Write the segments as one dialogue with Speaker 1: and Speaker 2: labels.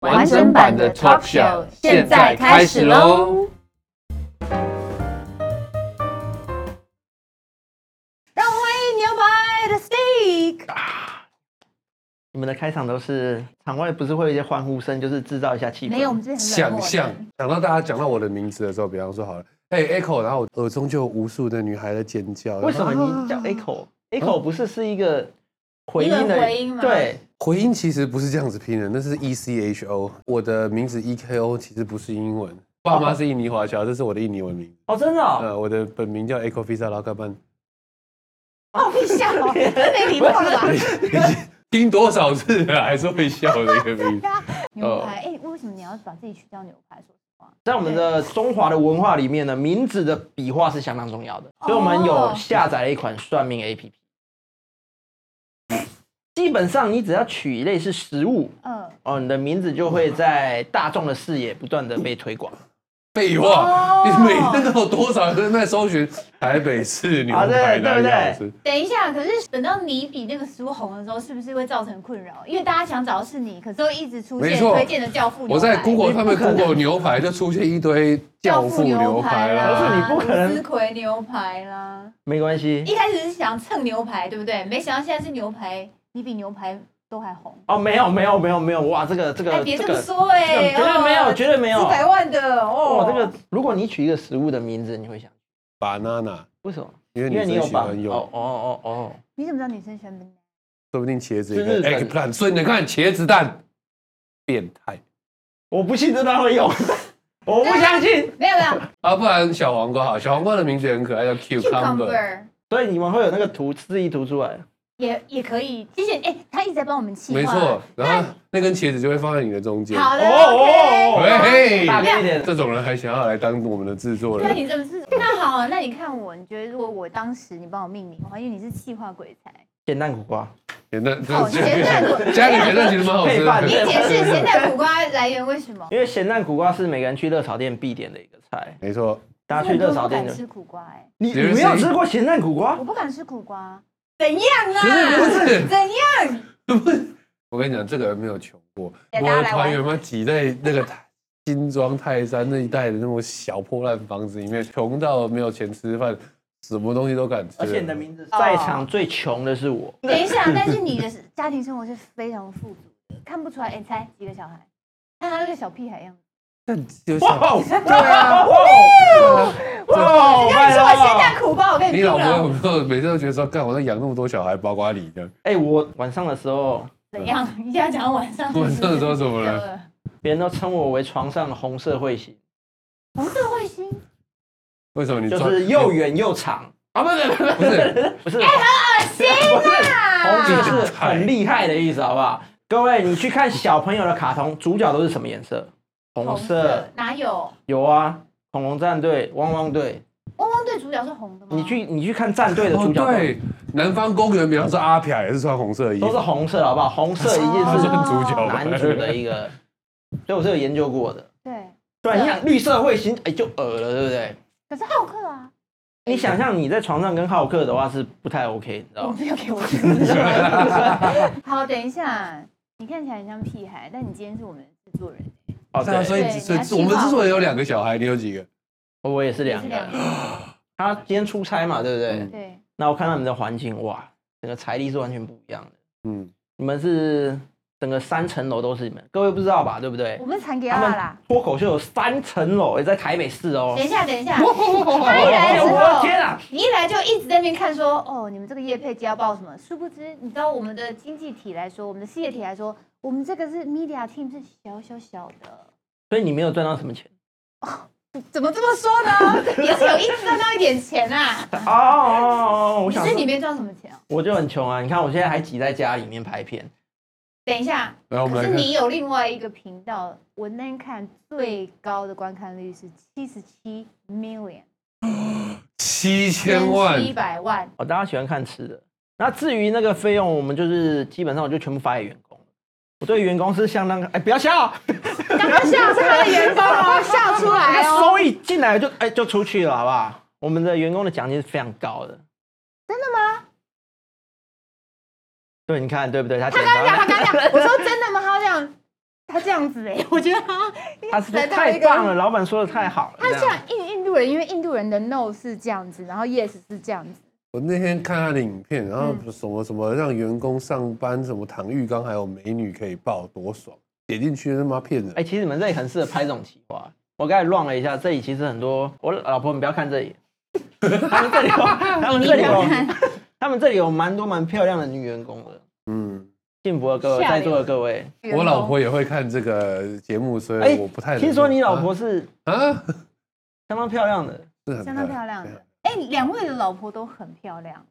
Speaker 1: 完整版的 talk show 现在开始喽！
Speaker 2: 让我们欢迎牛排的 Steak。
Speaker 3: 你们的开场都是场外不是会有一些欢呼声，就是制造一下气氛。
Speaker 2: 没有，我们这边
Speaker 4: 想
Speaker 2: 很冷漠的
Speaker 4: 象想到大家讲到我的名字的时候，比方说好了，哎、e c h o 然后我耳中就有无数的女孩在尖叫。
Speaker 3: 为什么
Speaker 4: 然后啊
Speaker 3: 你讲 echo？echo 不是是一个回音
Speaker 2: 一个
Speaker 3: 的
Speaker 2: 回音吗
Speaker 3: 对，
Speaker 4: 回音其实不是这样子拼的，那是 E C H O。我的名字 E K O 其实不是英文，爸妈是印尼华侨，这是我的印尼文名。
Speaker 3: 哦，真的哦，
Speaker 4: 呃，我的本名叫 Echo Visa 拉卡班。
Speaker 2: 哦，你笑哦，真没礼貌了吧？
Speaker 4: 听多少次了还是会笑的一个名字。
Speaker 2: 牛
Speaker 5: 哦
Speaker 2: 排，哎、为什么你要把自己取叫牛排？说实话，
Speaker 3: 在我们的中华的文化里面呢，名字的笔画是相当重要的，所以我们有下载了一款算命 A P P。基本上你只要取类似食物
Speaker 2: 嗯、
Speaker 3: 哦，你的名字就会在大众的视野不断的被推广。
Speaker 4: 废
Speaker 3: 哦
Speaker 4: 话，你每天都有多少人在搜寻台北市牛
Speaker 3: 啊对
Speaker 4: 排哪里
Speaker 3: 对不
Speaker 4: 好
Speaker 3: 对
Speaker 4: 吃？
Speaker 5: 等一下，可是等到你比那个食物红的时候，是不是会造成困扰？因为大家想找的是你，可是都一直出
Speaker 4: 没
Speaker 5: 现
Speaker 4: 错
Speaker 5: 推荐的教父牛
Speaker 4: 我在
Speaker 5: 排
Speaker 4: Google 他们 Google 牛排就出现一堆教父牛排
Speaker 5: 啦，
Speaker 3: 可是
Speaker 4: 啦。
Speaker 3: 你不可能
Speaker 5: 芦丝葵牛排啦。
Speaker 3: 没关系
Speaker 5: 一开始是想蹭牛排，对不对？没想到现在是牛排，你比牛排都还红。
Speaker 3: 哦，没有没有没有没有，哇，这个这
Speaker 4: 呃
Speaker 5: 哎，
Speaker 3: 个
Speaker 5: 别
Speaker 3: 这
Speaker 5: 这
Speaker 3: 个
Speaker 5: 么说哎，
Speaker 3: 绝对没有，绝对没有
Speaker 5: 几。百万的哦
Speaker 3: 哦，，这个如果你取一个食物的名字，你会想
Speaker 4: banana，
Speaker 3: 为什么？
Speaker 4: 因为
Speaker 3: 因为
Speaker 4: 女
Speaker 3: 你有
Speaker 4: 生喜
Speaker 3: 吧？
Speaker 4: 欢用
Speaker 3: 哦。哦哦哦，
Speaker 5: 你怎么知道女生喜欢 banana？
Speaker 4: 说不定茄子
Speaker 3: 是
Speaker 4: 也可以
Speaker 3: 日本
Speaker 4: eggplant，所以你看茄子蛋，变态
Speaker 3: 我不信这他 会用，我不相信。
Speaker 5: 没有没有
Speaker 4: 啊！不然小黄瓜好，小黄瓜的名字也很可爱，叫 cucumber。
Speaker 5: ，cucumber
Speaker 3: 所以你们会有那个图示意图出来，
Speaker 5: 也也可以。谢谢，哎，他一直在帮我们计划。
Speaker 4: 没错，然后那根茄子就会放在你的中间。
Speaker 5: 好的
Speaker 3: 哦哦
Speaker 5: ，OK。
Speaker 4: 嘿
Speaker 3: 大
Speaker 4: 嘿，
Speaker 3: 变一点。
Speaker 4: 这种人还想要来当我们的制作
Speaker 5: 对，
Speaker 4: 人，
Speaker 5: 你怎么是？那好，那你看我，你觉得如果我当时你帮我命名的话，因为你是气化鬼才，
Speaker 3: 咸蛋苦瓜，
Speaker 4: 咸蛋，
Speaker 5: 哦，咸蛋苦，
Speaker 4: 加点咸蛋其实蛮好吃
Speaker 3: 配饭
Speaker 4: 的。
Speaker 5: 你解释咸蛋苦瓜来源为什么？
Speaker 3: 因为咸蛋苦瓜是每个人去热炒店必点的一个菜，
Speaker 4: 没错，
Speaker 3: 大家去热炒店就
Speaker 5: 我不敢。吃苦瓜，哎，
Speaker 3: 你
Speaker 4: 其实
Speaker 3: 你没有吃过咸蛋苦瓜
Speaker 5: 我？不敢吃苦瓜，怎样
Speaker 4: 可是不
Speaker 5: 啊？
Speaker 4: 是
Speaker 5: 怎样？
Speaker 4: 我跟你讲，这个人没有穷过。
Speaker 5: 哎
Speaker 4: 我
Speaker 5: 大家
Speaker 4: 的
Speaker 5: 来玩
Speaker 4: 团员们挤在那个台新庄泰山那一带的那种小破烂房子里面，穷到没有钱吃饭，什么东西都敢吃。
Speaker 3: 而且你的名字，在场最穷的是我。
Speaker 5: 等一下，但是你的家庭生活是非常富足的，看不出来。哎，猜几个小孩？看他那个小屁孩样子，
Speaker 4: 但就
Speaker 3: 哇
Speaker 4: 像啊
Speaker 3: 哦！ 对啊！哇哦！哇哦！
Speaker 5: 你说我咸蛋苦瓜，我跟你
Speaker 4: 你
Speaker 5: 拼
Speaker 4: 老婆有
Speaker 5: 了，
Speaker 4: 没有每次都觉得说，干我在养那么多小孩，包括你 的，
Speaker 3: 哎，我晚上的时候，
Speaker 5: 怎样？一定要讲晚上。
Speaker 4: 晚上的时候怎么了？
Speaker 5: 了？
Speaker 3: 别人都称我为床上的红色彗星，
Speaker 5: 红色彗星，
Speaker 4: 为什么你
Speaker 3: 就是又远又长啊！不不不
Speaker 4: 不 是？
Speaker 3: 不是，哎， 很恶心啊！红色是很厉害的意思，好不好？各位，你去看小朋友的卡通，主角都是什么颜色？红色。
Speaker 5: 哪有？
Speaker 3: 有啊，恐龙战队、汪汪队。
Speaker 5: 汪汪队主角是红的吗？
Speaker 3: 你去你去看战队的
Speaker 4: 哦，
Speaker 3: 主角，
Speaker 4: 对，南方公园，比方说阿飘也是穿红色的衣
Speaker 3: 都
Speaker 4: 服
Speaker 3: 是，红色，好不好？红色一
Speaker 4: 他
Speaker 3: 定
Speaker 4: 是
Speaker 3: 是
Speaker 4: 主角吧
Speaker 3: 男主 的一个，所以我是有研究过的。
Speaker 5: 对，
Speaker 3: 对，啊你想绿色彗星，哎，就恶了，对不对？
Speaker 5: 可是浩克啊，
Speaker 3: 你想象你在床上跟浩克的话是不太 OK，你知道
Speaker 5: 我
Speaker 3: 吗？
Speaker 5: 不要给我 听。哦好，等一下，你看起来很像屁孩，但你今天是我们的制作人，
Speaker 3: 哦，
Speaker 4: 是啊，
Speaker 3: 对，
Speaker 4: 所以
Speaker 5: 对
Speaker 4: 所以
Speaker 5: 你要计划
Speaker 4: 我们之所以有两个小孩，你有几个？
Speaker 3: 我也是
Speaker 5: 也
Speaker 3: 两
Speaker 5: 是
Speaker 3: 个
Speaker 5: 两。个，
Speaker 3: 他今天出差嘛，对不对？
Speaker 4: 嗯
Speaker 5: 对，
Speaker 3: 那我看到你们的环境，哇，整个财力是完全不一样的。
Speaker 4: 嗯，
Speaker 3: 你们是整个三层楼都是你们，各位不知道吧？对不对
Speaker 5: 我？们传给
Speaker 3: 他
Speaker 5: 阿
Speaker 3: 们
Speaker 5: 啦。
Speaker 3: 脱口秀有三层楼，也在台北市哦。
Speaker 5: 等一下，等一下，
Speaker 3: 哎
Speaker 5: 他一来
Speaker 3: 呦
Speaker 5: 之
Speaker 3: 我的天
Speaker 5: 后，
Speaker 3: 啊！
Speaker 5: 你一来就一直在那边看说，哦，你们这个业配接要报什么？殊不知，你知道我们的经济体来说，我们的事业体来说，我们这个是 media team 是小小小的。
Speaker 3: 所以你没有赚到什么钱
Speaker 5: 怎么这么说呢？也是 有一赚到一点钱啊。
Speaker 3: 哦哦哦哦！我
Speaker 5: 你
Speaker 3: 想
Speaker 5: 是
Speaker 3: 说
Speaker 5: 里面赚什么钱啊？
Speaker 3: 我就很穷啊！你看我现在还挤在家里面拍片，
Speaker 5: 等一下，
Speaker 4: 来，我们
Speaker 5: 可
Speaker 4: 来
Speaker 5: 是
Speaker 4: 看，
Speaker 5: 你有另外一个频道，我那天看最高的观看率是七十七 million，
Speaker 4: 七千万
Speaker 5: 七百万，
Speaker 3: 哦，大家喜欢看吃的。那至于那个费用，我们就是基本上我就全部发给员工了。我对员工是相当，哎，不要笑，
Speaker 5: 刚刚笑是他的员工哦，笑出来
Speaker 3: 那
Speaker 5: 哦。
Speaker 3: 收益进来就哎就出去了，好不好？我们的员工的奖金是非常高的。
Speaker 5: 真的吗？
Speaker 3: 对，你看对不对？他
Speaker 5: 他
Speaker 3: 简
Speaker 5: 刚刚讲，他
Speaker 3: 单，
Speaker 5: 刚刚讲，我说真的吗？他这样，他这样子哎、我觉得他
Speaker 3: 他是太棒了，老板说的太好了。
Speaker 5: 他
Speaker 3: 这样
Speaker 5: 像印印度人，因为印度人的 no 是这样子，然后 yes 是这样子。
Speaker 4: 我那天看他的影片，然后
Speaker 5: 嗯
Speaker 4: 什么什么让员工上班，什么躺浴缸还有美女可以抱，多爽！点进去他妈骗人
Speaker 3: 哎、，其实你们这里很适合拍这种企划。我刚才乱了一下，这里其实很多，我老婆你不要看这里，他们这里 有，他们这里有，他们这里有蛮多蛮漂亮的女员工的。
Speaker 4: 嗯，
Speaker 3: 幸福的各位，
Speaker 5: 吓人
Speaker 3: 在座的各位，
Speaker 4: 我老婆也会看这个节目，所
Speaker 3: 哎
Speaker 4: 以我不太能够。
Speaker 3: 听说你老婆是
Speaker 4: 啊啊
Speaker 3: 相当漂亮的，
Speaker 4: 是很
Speaker 5: 相当漂亮
Speaker 4: 对
Speaker 5: 的。哎、两位的老婆都很漂亮。哎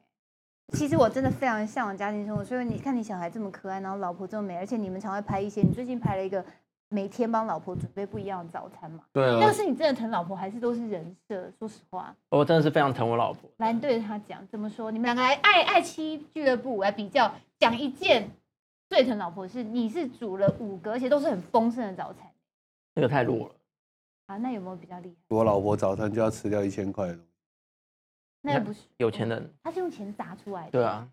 Speaker 5: 其实我真的非常向往家庭生活，所以你看你小孩这么可爱，然后老婆这么美，而且你们常会拍一些，你最近拍了一个每天帮老婆准备不一样的早餐嘛。
Speaker 4: 对
Speaker 5: 那
Speaker 4: 啊
Speaker 5: 个，是你真的疼老婆，还是都是人设？说实话，
Speaker 3: 我真的是非常疼我老婆。
Speaker 5: 来你对着她讲怎么说？你们两个来爱爱妻俱乐部来比较，讲一件最疼老婆的事，你是煮了五个，而且都是很丰盛的早餐
Speaker 3: 那个太弱了，
Speaker 5: 啊。那有没有比较厉害？
Speaker 4: 我老婆早餐就要吃掉一千块的东西，
Speaker 5: 那也不是，
Speaker 3: 有钱人，
Speaker 5: 他是用钱砸出来的。
Speaker 3: 对啊。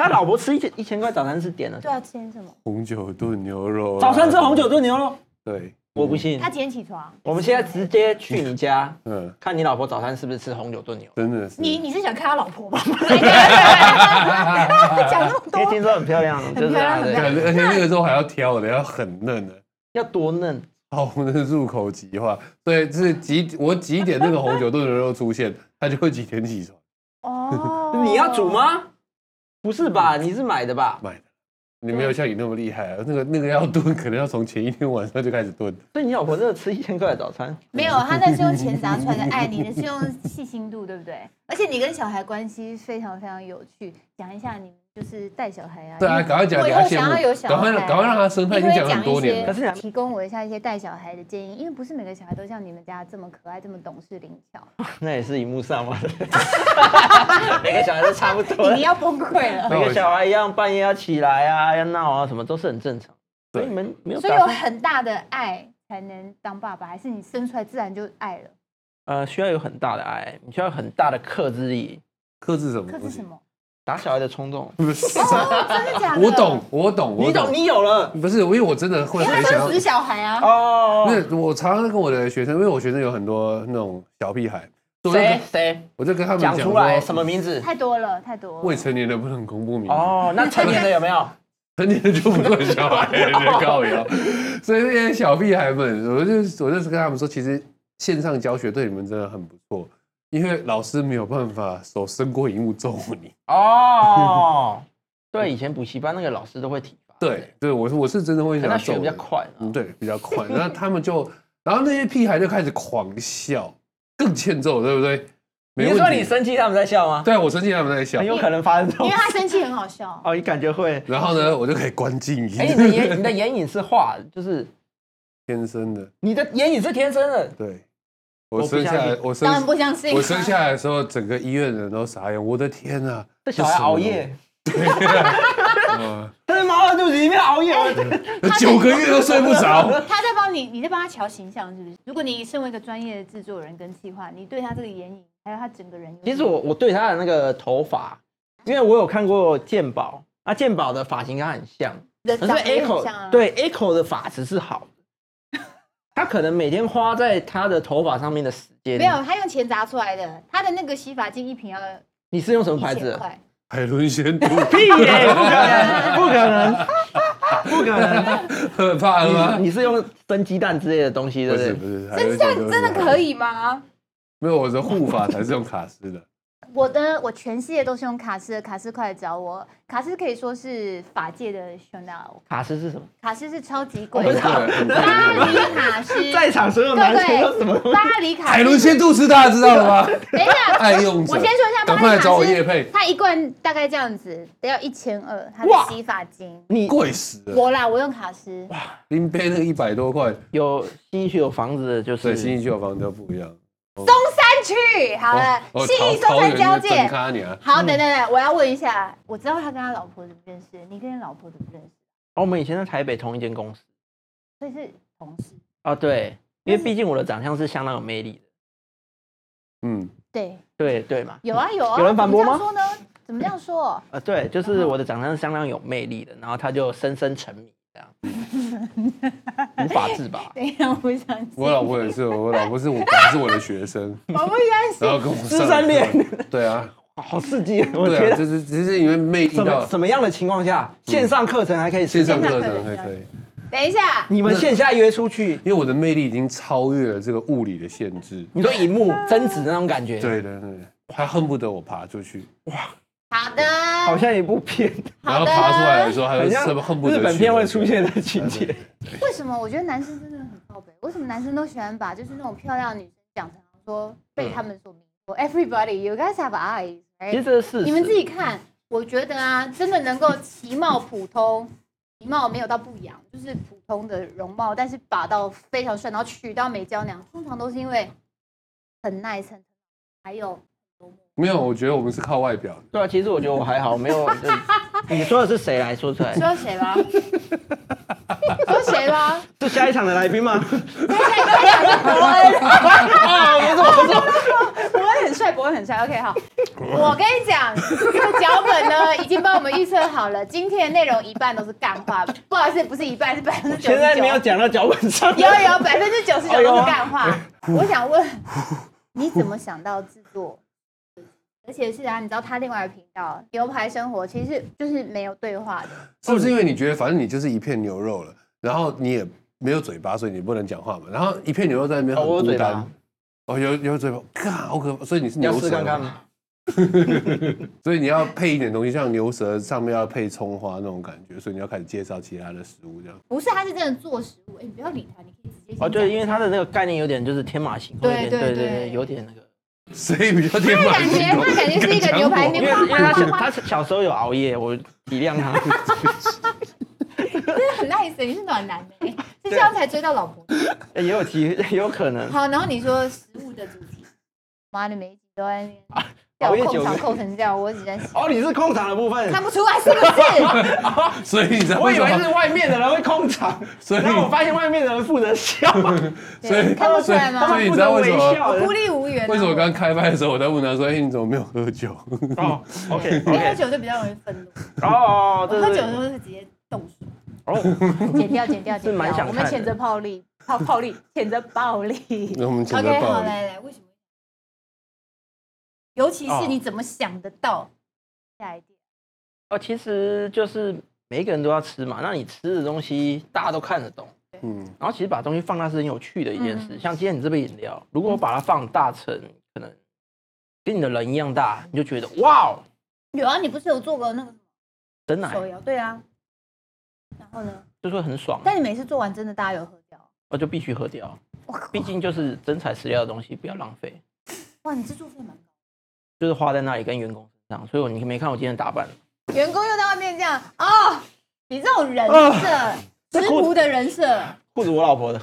Speaker 3: 他老婆吃一千一千块早餐是点了，
Speaker 5: 对啊，今天什么？
Speaker 4: 红酒炖牛肉啊，
Speaker 3: 早餐吃红酒炖牛肉，
Speaker 4: 对，
Speaker 3: 我不信
Speaker 5: 他。今天起床，
Speaker 3: 我们现在直接去你家，
Speaker 4: 嗯，
Speaker 3: 看你老婆早餐是不是吃红酒炖牛肉。
Speaker 4: 真的是
Speaker 5: 你你是想看他老婆 吧？讲那么
Speaker 3: 因为
Speaker 5: 多，
Speaker 3: 听说很漂亮，就是她
Speaker 5: 很漂亮
Speaker 3: 的
Speaker 4: 对而且那个时候还要挑的，要很嫩的。
Speaker 3: 要多嫩，
Speaker 4: 哦，那是入口即化，对，是几我几点那个红酒炖牛肉出现，他就会几点起床
Speaker 5: 哦
Speaker 3: 你要煮？吗？不是吧？你是买的吧？
Speaker 4: 买的。你没有像你那么厉害、啊，那个那个要炖，可能要从前一天晚上就开始炖。
Speaker 5: 哎
Speaker 3: 所以你老婆真的吃一千块的早餐？
Speaker 5: 没有，他那是用钱砸出来的爱你，的是用细心度，对不对？而且你跟小孩关系非常非常有趣，讲一下你们就是带小孩啊。
Speaker 4: 对啊，
Speaker 5: 因为
Speaker 4: 赶快讲
Speaker 5: 我
Speaker 4: 给
Speaker 5: 以
Speaker 4: 他
Speaker 5: 后
Speaker 4: 羡
Speaker 5: 想要有
Speaker 4: 慕，
Speaker 5: 小
Speaker 4: 赶快
Speaker 5: 孩，
Speaker 4: 赶快让他生，他已经
Speaker 5: 你会
Speaker 4: 讲很多年
Speaker 3: 可
Speaker 4: 了。
Speaker 3: 是你还
Speaker 5: 提供我一下一些带小孩的建议，因为不是每个小孩都像你们家这么可爱、这么懂事灵巧。
Speaker 3: 那也是荧幕上嘛， 每个小孩都差不多，
Speaker 5: 你要崩溃了，
Speaker 3: 每个小孩一样，半夜要起来啊，要闹啊，什么都是很正常。所以你们没有
Speaker 5: 所以
Speaker 3: 打
Speaker 5: 有
Speaker 3: 算，
Speaker 5: 很大的爱才能当爸爸，还是你生出来自然就爱了？
Speaker 3: 呃，需要有很大的爱，你需要有很大的克制力，
Speaker 4: 克制什么
Speaker 5: 克
Speaker 4: 东
Speaker 5: 制
Speaker 4: 西
Speaker 5: 什？么？
Speaker 3: 打小孩的冲动。
Speaker 4: 不是，
Speaker 5: 哦，真的假的？
Speaker 4: 我懂，，我懂，
Speaker 3: 你
Speaker 4: 我
Speaker 3: 懂，。你有了
Speaker 4: 不是，因为我真的会
Speaker 5: 因为
Speaker 4: 很
Speaker 5: 他
Speaker 4: 想要
Speaker 5: 生死小孩啊。
Speaker 3: 哦。
Speaker 4: 那我常常跟我的学生，因为我学生有很多那种小屁孩，所以我就
Speaker 3: 谁
Speaker 4: 跟
Speaker 3: 谁
Speaker 4: 我就跟他们
Speaker 3: 讲出
Speaker 4: 说嗯
Speaker 3: 来什么名字？
Speaker 5: 太多了，太多了。
Speaker 4: 未成年的不能公布名字，
Speaker 3: 哦，那成年的有 没有？
Speaker 4: 成年的就不算小孩 了，告谣。所以那些小屁孩们，我就我就是跟他们说，其实线上教学对你们真的很不错，因为老师没有办法手伸过荧幕揍你。
Speaker 3: 哦，对，以前补习班那个老师都会体罚，
Speaker 4: 对，对我是我是真的会
Speaker 3: 可能
Speaker 4: 想
Speaker 3: 他
Speaker 4: 要揍
Speaker 3: 学得比较
Speaker 4: 人，
Speaker 3: 快啊。
Speaker 4: 嗯，对，比较快。 那他们就，然后那些屁孩就开始狂笑，更欠揍，对不对？没
Speaker 3: 你
Speaker 4: 问
Speaker 3: 是
Speaker 4: 题
Speaker 3: 说你生哎气他们在笑吗？
Speaker 4: 对，啊我生气他们在笑
Speaker 3: 很。有可能发生这种
Speaker 5: 因为。他生气很好笑，
Speaker 3: 哦，你感觉会？
Speaker 4: 然后呢，我就可以关静音
Speaker 3: 哎，，你的眼你的眼影是画的，就是
Speaker 4: 天生的，
Speaker 3: 你的眼影是天生的。
Speaker 4: 对。我
Speaker 3: 我不
Speaker 4: 生下
Speaker 3: 相
Speaker 4: 来，
Speaker 3: 信
Speaker 4: 我生
Speaker 5: 当然不相信啊。
Speaker 4: 我生下来的时候，整个医院的人都傻眼，我的天啊呐、
Speaker 3: 这小孩熬夜，
Speaker 4: 啊，
Speaker 3: 他在妈妈肚子里面熬夜，
Speaker 4: 嗯九个月都睡不着。
Speaker 5: 他在帮你，你在帮他瞧形象，是不是？如果你身为一个专业的制作人跟企划，你对他这个眼影，还有他整个人有，
Speaker 3: 其实我我对他的那个头发，因为我有看过鉴宝，啊，鉴宝的发型跟他很像，
Speaker 5: 人
Speaker 3: 可
Speaker 5: 长
Speaker 3: 是
Speaker 5: 得也很
Speaker 3: Echo、
Speaker 5: 像啊。，
Speaker 3: 对 Echo 的发质是好的， 他可能每天花在他的头发上面的时间，
Speaker 5: 没有，他用钱砸出来的，他的那个洗发精一瓶要
Speaker 3: 你是用什么牌
Speaker 5: 一
Speaker 3: 子
Speaker 5: 千？块。
Speaker 4: 海伦仙度，
Speaker 3: 屁耶、 不可能，不可能，不可能！
Speaker 4: 很怕
Speaker 3: 你
Speaker 4: 吗？
Speaker 3: 你是用生鸡蛋之类的东西，对
Speaker 4: 不
Speaker 3: 不
Speaker 4: 是不
Speaker 3: 对？
Speaker 4: 是，海
Speaker 5: 真
Speaker 4: 伦
Speaker 5: 的
Speaker 4: 仙度
Speaker 5: 真的可？以吗？
Speaker 4: 没有，我的护发才是用卡诗的。
Speaker 5: 我的我全系列都是用卡诗的，卡诗快来找我。卡诗可以说是法界的 Chanel，
Speaker 3: 卡诗是什么？
Speaker 5: 卡诗是超级
Speaker 3: 我
Speaker 5: 贵
Speaker 3: 不知
Speaker 5: 的。
Speaker 3: 道
Speaker 4: 哦对很贵
Speaker 3: 啊
Speaker 5: 巴黎卡诗，
Speaker 3: 在场所有男生都什么
Speaker 5: 对对，巴黎卡
Speaker 4: 海
Speaker 5: 诗。
Speaker 4: 伦仙度斯大家知道了 吗？
Speaker 5: 等一下，
Speaker 4: 爱用者，
Speaker 5: 我先说一下巴
Speaker 4: 赶
Speaker 5: 黎卡
Speaker 4: 快
Speaker 5: 诗，
Speaker 4: 来找我叶配，
Speaker 5: 它一罐大概这样子，得要一千二，它的
Speaker 3: 哇
Speaker 5: 洗发精。
Speaker 3: 你
Speaker 4: 贵死了，
Speaker 5: 我啦，我用卡诗，
Speaker 4: 林杯那个一百多块，
Speaker 3: 有西区有房子的，就
Speaker 4: 所
Speaker 3: 是
Speaker 4: 以新一区的房子不一样。
Speaker 5: 山区好了，
Speaker 4: 哦
Speaker 5: 信义
Speaker 4: 桃
Speaker 5: 松山交
Speaker 4: 桃园
Speaker 5: 界
Speaker 4: 的真。咖你啊，
Speaker 5: 好，等等等，我要问一下，我知道他跟他老婆怎么认识，你跟你老婆怎么认识？
Speaker 3: 哦我们以前在台北同一间公司
Speaker 5: 所以是同事。
Speaker 3: 哦，对，因为毕竟我的长相是相当有魅力的，
Speaker 4: 嗯，
Speaker 5: 对，
Speaker 3: 对对嘛，
Speaker 5: 有啊有啊。
Speaker 3: 有人反驳吗
Speaker 5: 怎么这样说呢？怎么这 样说？
Speaker 3: 呃，对，就是我的长相是相当有魅力的，然后他就深深沉迷这样，无法自拔。
Speaker 5: 等一下，我不相信，
Speaker 4: 我老婆也是，我老婆是我，本来是我的学生，
Speaker 5: 我不相信。
Speaker 4: 然后跟我
Speaker 3: 师生恋，
Speaker 4: 对啊，
Speaker 3: 好刺激！我觉
Speaker 4: 对啊，
Speaker 3: 得
Speaker 4: 就是只是因为魅力
Speaker 3: 什么
Speaker 4: 到嗯
Speaker 3: 什么样的情况下，线上课程还可以
Speaker 4: 线
Speaker 3: 线
Speaker 4: 上
Speaker 3: 上？
Speaker 4: 课程还可以，
Speaker 5: 等一下，
Speaker 3: 你们线下约出去，
Speaker 4: 因为我的魅力已经超越了这个物理的限制。
Speaker 3: 你说荧 幕增值那种感觉，，
Speaker 4: 对对对，他恨不得我爬出去，
Speaker 5: 好的，
Speaker 3: 好像一部片，
Speaker 4: 然
Speaker 5: 好
Speaker 4: 后
Speaker 5: 的
Speaker 4: 爬出来的时候，还
Speaker 3: 很
Speaker 4: 有
Speaker 3: 像
Speaker 4: 什么恨不得
Speaker 3: 日
Speaker 4: 去
Speaker 3: 本片会出现的情
Speaker 4: 对
Speaker 3: 节
Speaker 4: 对。
Speaker 5: 为什么我觉得男生真的很靠北？为什么男生都喜欢把就是那种漂亮的女生讲成说被他们所迷惑？Everybody, you guys have eyes,
Speaker 3: 其实
Speaker 5: right?
Speaker 3: 这是事实，
Speaker 5: 你们自己看，我觉得啊，真的能够其貌普通，其貌没有到不扬，就是普通的容貌，但是把到非常帅，然后娶到美娇娘，通常都是因为很 nice，很 还有
Speaker 4: 没有，我觉得我们是靠外表的。
Speaker 3: 对啊，其实我觉得我还好，没有。就是你说的是谁来说出来？
Speaker 5: 说谁吧，说谁吧，
Speaker 3: 是下一场的来 宾吗？
Speaker 5: 伯恩，
Speaker 3: 啊，没错，没错。
Speaker 5: 伯恩很帅，伯恩很帅，OK 好，我跟你讲，这个脚本呢已经帮我们预测好了，今天的内容一半都是干话，不好意思，不是一半，是百分之九十
Speaker 3: 现
Speaker 5: 九。
Speaker 3: 在没有讲到脚本上。
Speaker 5: 有有，百分之九十九
Speaker 3: 哦
Speaker 5: 都是干话。 我想问，你怎么想到制作？而且是啊，你知道他另外的频道《牛排生活》其实就是没有对话的，
Speaker 4: 是哦不是因为你觉得反正你就是一片牛肉了，然后你也没有嘴巴，所以你不能讲话嘛？然后一片牛肉在那边
Speaker 3: 哦
Speaker 4: 很
Speaker 3: 我有
Speaker 4: 孤
Speaker 3: 嘴巴
Speaker 4: 单。哦，有有嘴巴，嘎，好可怕！所以你是
Speaker 3: 你要
Speaker 4: 牛
Speaker 3: 试
Speaker 4: 舌
Speaker 3: 看看啊
Speaker 4: 嘛，
Speaker 3: 吗？
Speaker 4: 所以你要配一点东西，像牛舌上面要配葱花那种感觉，所以你要开始介绍其他的食物这样。
Speaker 5: 不是，他是真的做食物。哎、你不要理他，你可以直接先
Speaker 3: 哦，对，
Speaker 5: 讲
Speaker 3: 因为它的那个概念有点就是天马行空一点，
Speaker 5: 对对
Speaker 3: 对对
Speaker 5: 对
Speaker 3: 对，有点那个。
Speaker 4: 谁比较天马
Speaker 5: 感觉
Speaker 4: 行空
Speaker 5: 他？感觉是一个牛排
Speaker 3: 因
Speaker 5: 面
Speaker 3: 为
Speaker 5: 包，
Speaker 3: 因为他 小他小时候有熬夜，我体谅他。
Speaker 5: 真的 很 nice，你是暖男 的、哎是这样才追到老婆的。
Speaker 3: 也有机，也有可能。
Speaker 5: 好，然后你说食物的主题，妈的每一集都在那边
Speaker 3: 熬夜
Speaker 5: 叫
Speaker 3: 九
Speaker 5: 控
Speaker 3: 个
Speaker 5: 场扣成这样，我只能
Speaker 3: 哦，你是控场的部分，
Speaker 5: 看不出来是不 是？
Speaker 4: 所以你才
Speaker 3: 我
Speaker 4: 会
Speaker 3: 以
Speaker 4: 说
Speaker 3: 为是外面的人会 控场，
Speaker 4: 所以
Speaker 3: 然后我发现外面的人负 责笑，
Speaker 4: 所以
Speaker 5: 看不出来吗
Speaker 4: 所以所以你
Speaker 3: 负
Speaker 4: 知道
Speaker 3: 责
Speaker 4: 为
Speaker 3: 微
Speaker 4: 什么？
Speaker 3: 笑。
Speaker 5: 孤立无援、啊。
Speaker 4: 为什么刚开拍的时候我在问他说：“哎、你怎么没有喝酒
Speaker 3: 哦，OK
Speaker 5: 因为喝
Speaker 3: OK，
Speaker 5: 酒就比较容易愤怒，
Speaker 3: 哦，
Speaker 5: 我
Speaker 3: 对
Speaker 5: 喝
Speaker 3: 对
Speaker 5: 酒
Speaker 3: 对
Speaker 5: 的时候是直接动手，
Speaker 3: 哦，
Speaker 5: 剪掉剪掉
Speaker 3: 是
Speaker 5: 剪
Speaker 3: 蛮
Speaker 5: 掉。
Speaker 3: 想
Speaker 5: 我们
Speaker 3: 看的
Speaker 5: 谴责暴力，暴暴力，谴责暴力。？”
Speaker 4: 那我们请他
Speaker 5: OK，
Speaker 4: 报
Speaker 5: 好，
Speaker 4: 理。
Speaker 5: 来来，为什么？尤其是你怎么想得到？下一点，
Speaker 3: 哦，其实就是每一个人都要吃嘛，那你吃的东西大家都看得懂。
Speaker 4: 嗯，
Speaker 3: 然后其实把东西放大是很有趣的一件事。
Speaker 5: 嗯
Speaker 3: 像今天你这杯饮料，如果我把它放大成可能跟你的人一样大，你就觉得哇，哦，
Speaker 5: 有啊，你不是有做过那个
Speaker 3: 真奶
Speaker 5: 手摇？对啊。然后呢？
Speaker 3: 就说很爽，
Speaker 5: 但你每次做完真的大家有喝掉？
Speaker 3: 我就必须喝掉。
Speaker 5: 我靠！
Speaker 3: 毕竟就是真材实料的东西，不要浪费，
Speaker 5: 哇，你制作费蛮高。
Speaker 3: 就是花在那里跟员工身上。所以我你没看我今天的打扮，
Speaker 5: 员工又在外面这样哦，你这种人设，
Speaker 3: 这
Speaker 5: 知
Speaker 3: 裤
Speaker 5: 乎的人设，
Speaker 3: 裤子我老婆的，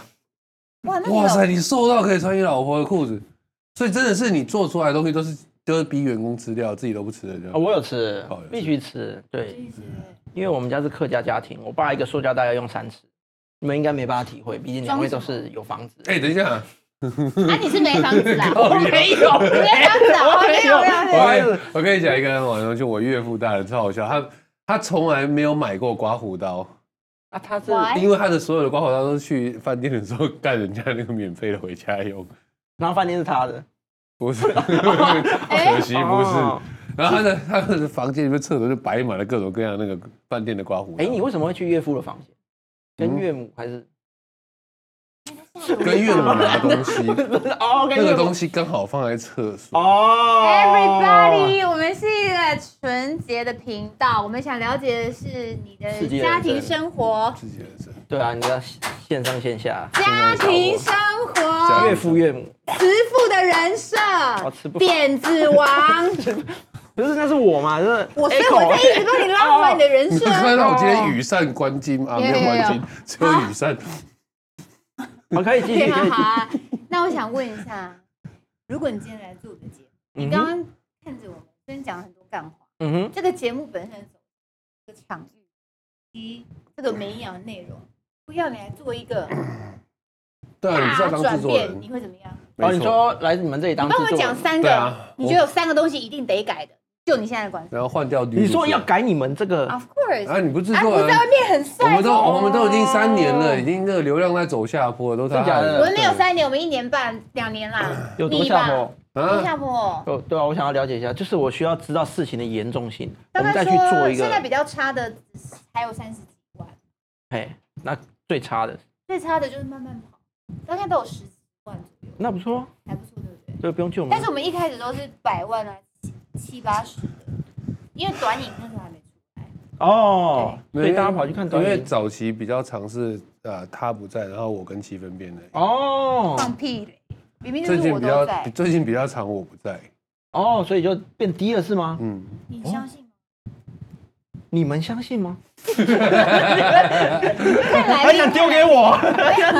Speaker 5: 哇，那你
Speaker 4: 哇
Speaker 5: 有
Speaker 4: 塞，你瘦到可以穿你老婆的裤子，所以真的是你做出来的东西都是都是逼员工吃掉，自己都不吃的这
Speaker 3: 哦、
Speaker 4: 样。
Speaker 3: 我有吃
Speaker 4: 哦有吃，
Speaker 3: 必须吃。对，因为我们家是客家家庭，我爸一个塑胶袋要用三次，你们应该没办法体会，毕竟两位都是有房子的。
Speaker 4: 哎、等一下，
Speaker 5: 啊，你是没房子啦？
Speaker 3: 我没有，
Speaker 5: 没房子啊？哦没有没有没有。
Speaker 4: 我跟你我跟你讲一个很好笑，就我岳父大人超好笑，他他从来没有买过刮胡刀，
Speaker 3: 啊，他是
Speaker 5: Why？
Speaker 4: 因为他的所有的刮胡刀都是去饭店的时候干人家那个免费的回家用，
Speaker 3: 然后饭店是他的，
Speaker 4: 不 是，
Speaker 5: 哎
Speaker 4: 可惜不是。
Speaker 3: 哦
Speaker 4: 然后他的他的房间里面厕所就摆满了各种各样那个饭
Speaker 3: 哎
Speaker 4: 店的刮胡刀。嗯
Speaker 3: 哎、你为什么会去岳父的房间？跟岳母还是？
Speaker 4: 所跟岳母 拿东西，
Speaker 3: 哦，
Speaker 4: 那个
Speaker 3: 西
Speaker 4: 东西刚好放在厕所。
Speaker 3: 哦
Speaker 5: Everybody，我们是一个纯洁的频道，我们想了解的是你
Speaker 3: 世界人
Speaker 5: 的家庭
Speaker 3: 生
Speaker 5: 生活，
Speaker 4: 自己人生，
Speaker 3: 对啊，你知道线上线下，啊
Speaker 5: 家庭生活，
Speaker 4: 嗯
Speaker 3: 岳父岳母，
Speaker 5: 慈父的人设
Speaker 3: 我吃不，
Speaker 5: 辫子 王，
Speaker 3: 不是那是我嘛，就是
Speaker 5: 我所以我在一直帮你拉回来你的人
Speaker 4: 你
Speaker 5: 设
Speaker 4: 不。看到我今
Speaker 3: 哦
Speaker 4: 天雨伞关金啊，没有关金，只有雨伞。
Speaker 3: 我可以继续，
Speaker 5: 对
Speaker 3: 可以继续
Speaker 5: 啊，好啊。 那我想问一下，如果你今天来做我的节目，你
Speaker 3: 嗯
Speaker 5: 刚
Speaker 3: 哼，
Speaker 5: 刚看着我们真讲了很多干话，
Speaker 3: 嗯哼，
Speaker 5: 这个节目本身走这个场域及这个没营养的内容，不要你来做一个
Speaker 4: 对啊，你不是要
Speaker 5: 大
Speaker 4: 当制
Speaker 5: 转
Speaker 4: 作
Speaker 5: 变，
Speaker 4: 人
Speaker 5: 你，会怎么样？
Speaker 3: 哦，
Speaker 4: 没
Speaker 3: 你
Speaker 4: 错。
Speaker 3: 说来你们这里当制
Speaker 5: 帮我
Speaker 3: 作
Speaker 5: 讲
Speaker 3: 人，
Speaker 5: 三
Speaker 4: 对
Speaker 5: 个，
Speaker 4: 啊，
Speaker 5: 你觉得有三个东西一定得改的，就你现在的观
Speaker 4: 然后换掉女主角。
Speaker 3: 你说要改你们这个，
Speaker 5: ，Of course，
Speaker 4: 啊？你不是制
Speaker 5: 啊，
Speaker 4: 作
Speaker 5: 我
Speaker 4: 人
Speaker 5: 在？外面很帅，
Speaker 4: 我们都
Speaker 5: 哦
Speaker 4: 我们都已经三年了，已经那个流量在走下坡了，都他害
Speaker 3: 真假
Speaker 4: 的。
Speaker 3: 的
Speaker 5: 我们没有三年，我们一年半、两年啦，
Speaker 3: 有多下坡？
Speaker 5: 多
Speaker 4: 啊，
Speaker 5: 下坡。
Speaker 3: 哦，对啊，我想要了解一下，就是我需要知道事情的严重性，我
Speaker 5: 大
Speaker 3: 们
Speaker 5: 概
Speaker 3: 再去做
Speaker 5: 说
Speaker 3: 一个
Speaker 5: 现。在比较差的还有三十几万，
Speaker 3: 嘿，那最差的，
Speaker 5: 最差的就是慢慢跑，大概都有十几万左右，
Speaker 3: 那不错，
Speaker 5: 还不错，对不对？
Speaker 3: 这个不用救我们
Speaker 5: 但是。我们一开始都是百万啊，七七八十的，因为短影那时候还没出来。
Speaker 3: 哦，
Speaker 4: 对
Speaker 3: 所以大家跑去看
Speaker 4: 因
Speaker 3: 短
Speaker 4: 为
Speaker 3: 影。
Speaker 4: 早期比较尝试呃他不在，然后我跟七分变的。
Speaker 3: 哦
Speaker 5: 放屁嘞！明明就
Speaker 4: 最
Speaker 5: 是
Speaker 4: 近
Speaker 5: 我
Speaker 4: 比
Speaker 5: 都
Speaker 4: 较
Speaker 5: 在，
Speaker 4: 最近比较常我不在，
Speaker 3: 哦，所以就变低了是吗？
Speaker 4: 嗯，
Speaker 5: 你相信吗？
Speaker 3: 你们相信吗？
Speaker 5: 看来
Speaker 3: 哎很想丢给我。
Speaker 5: 哎，他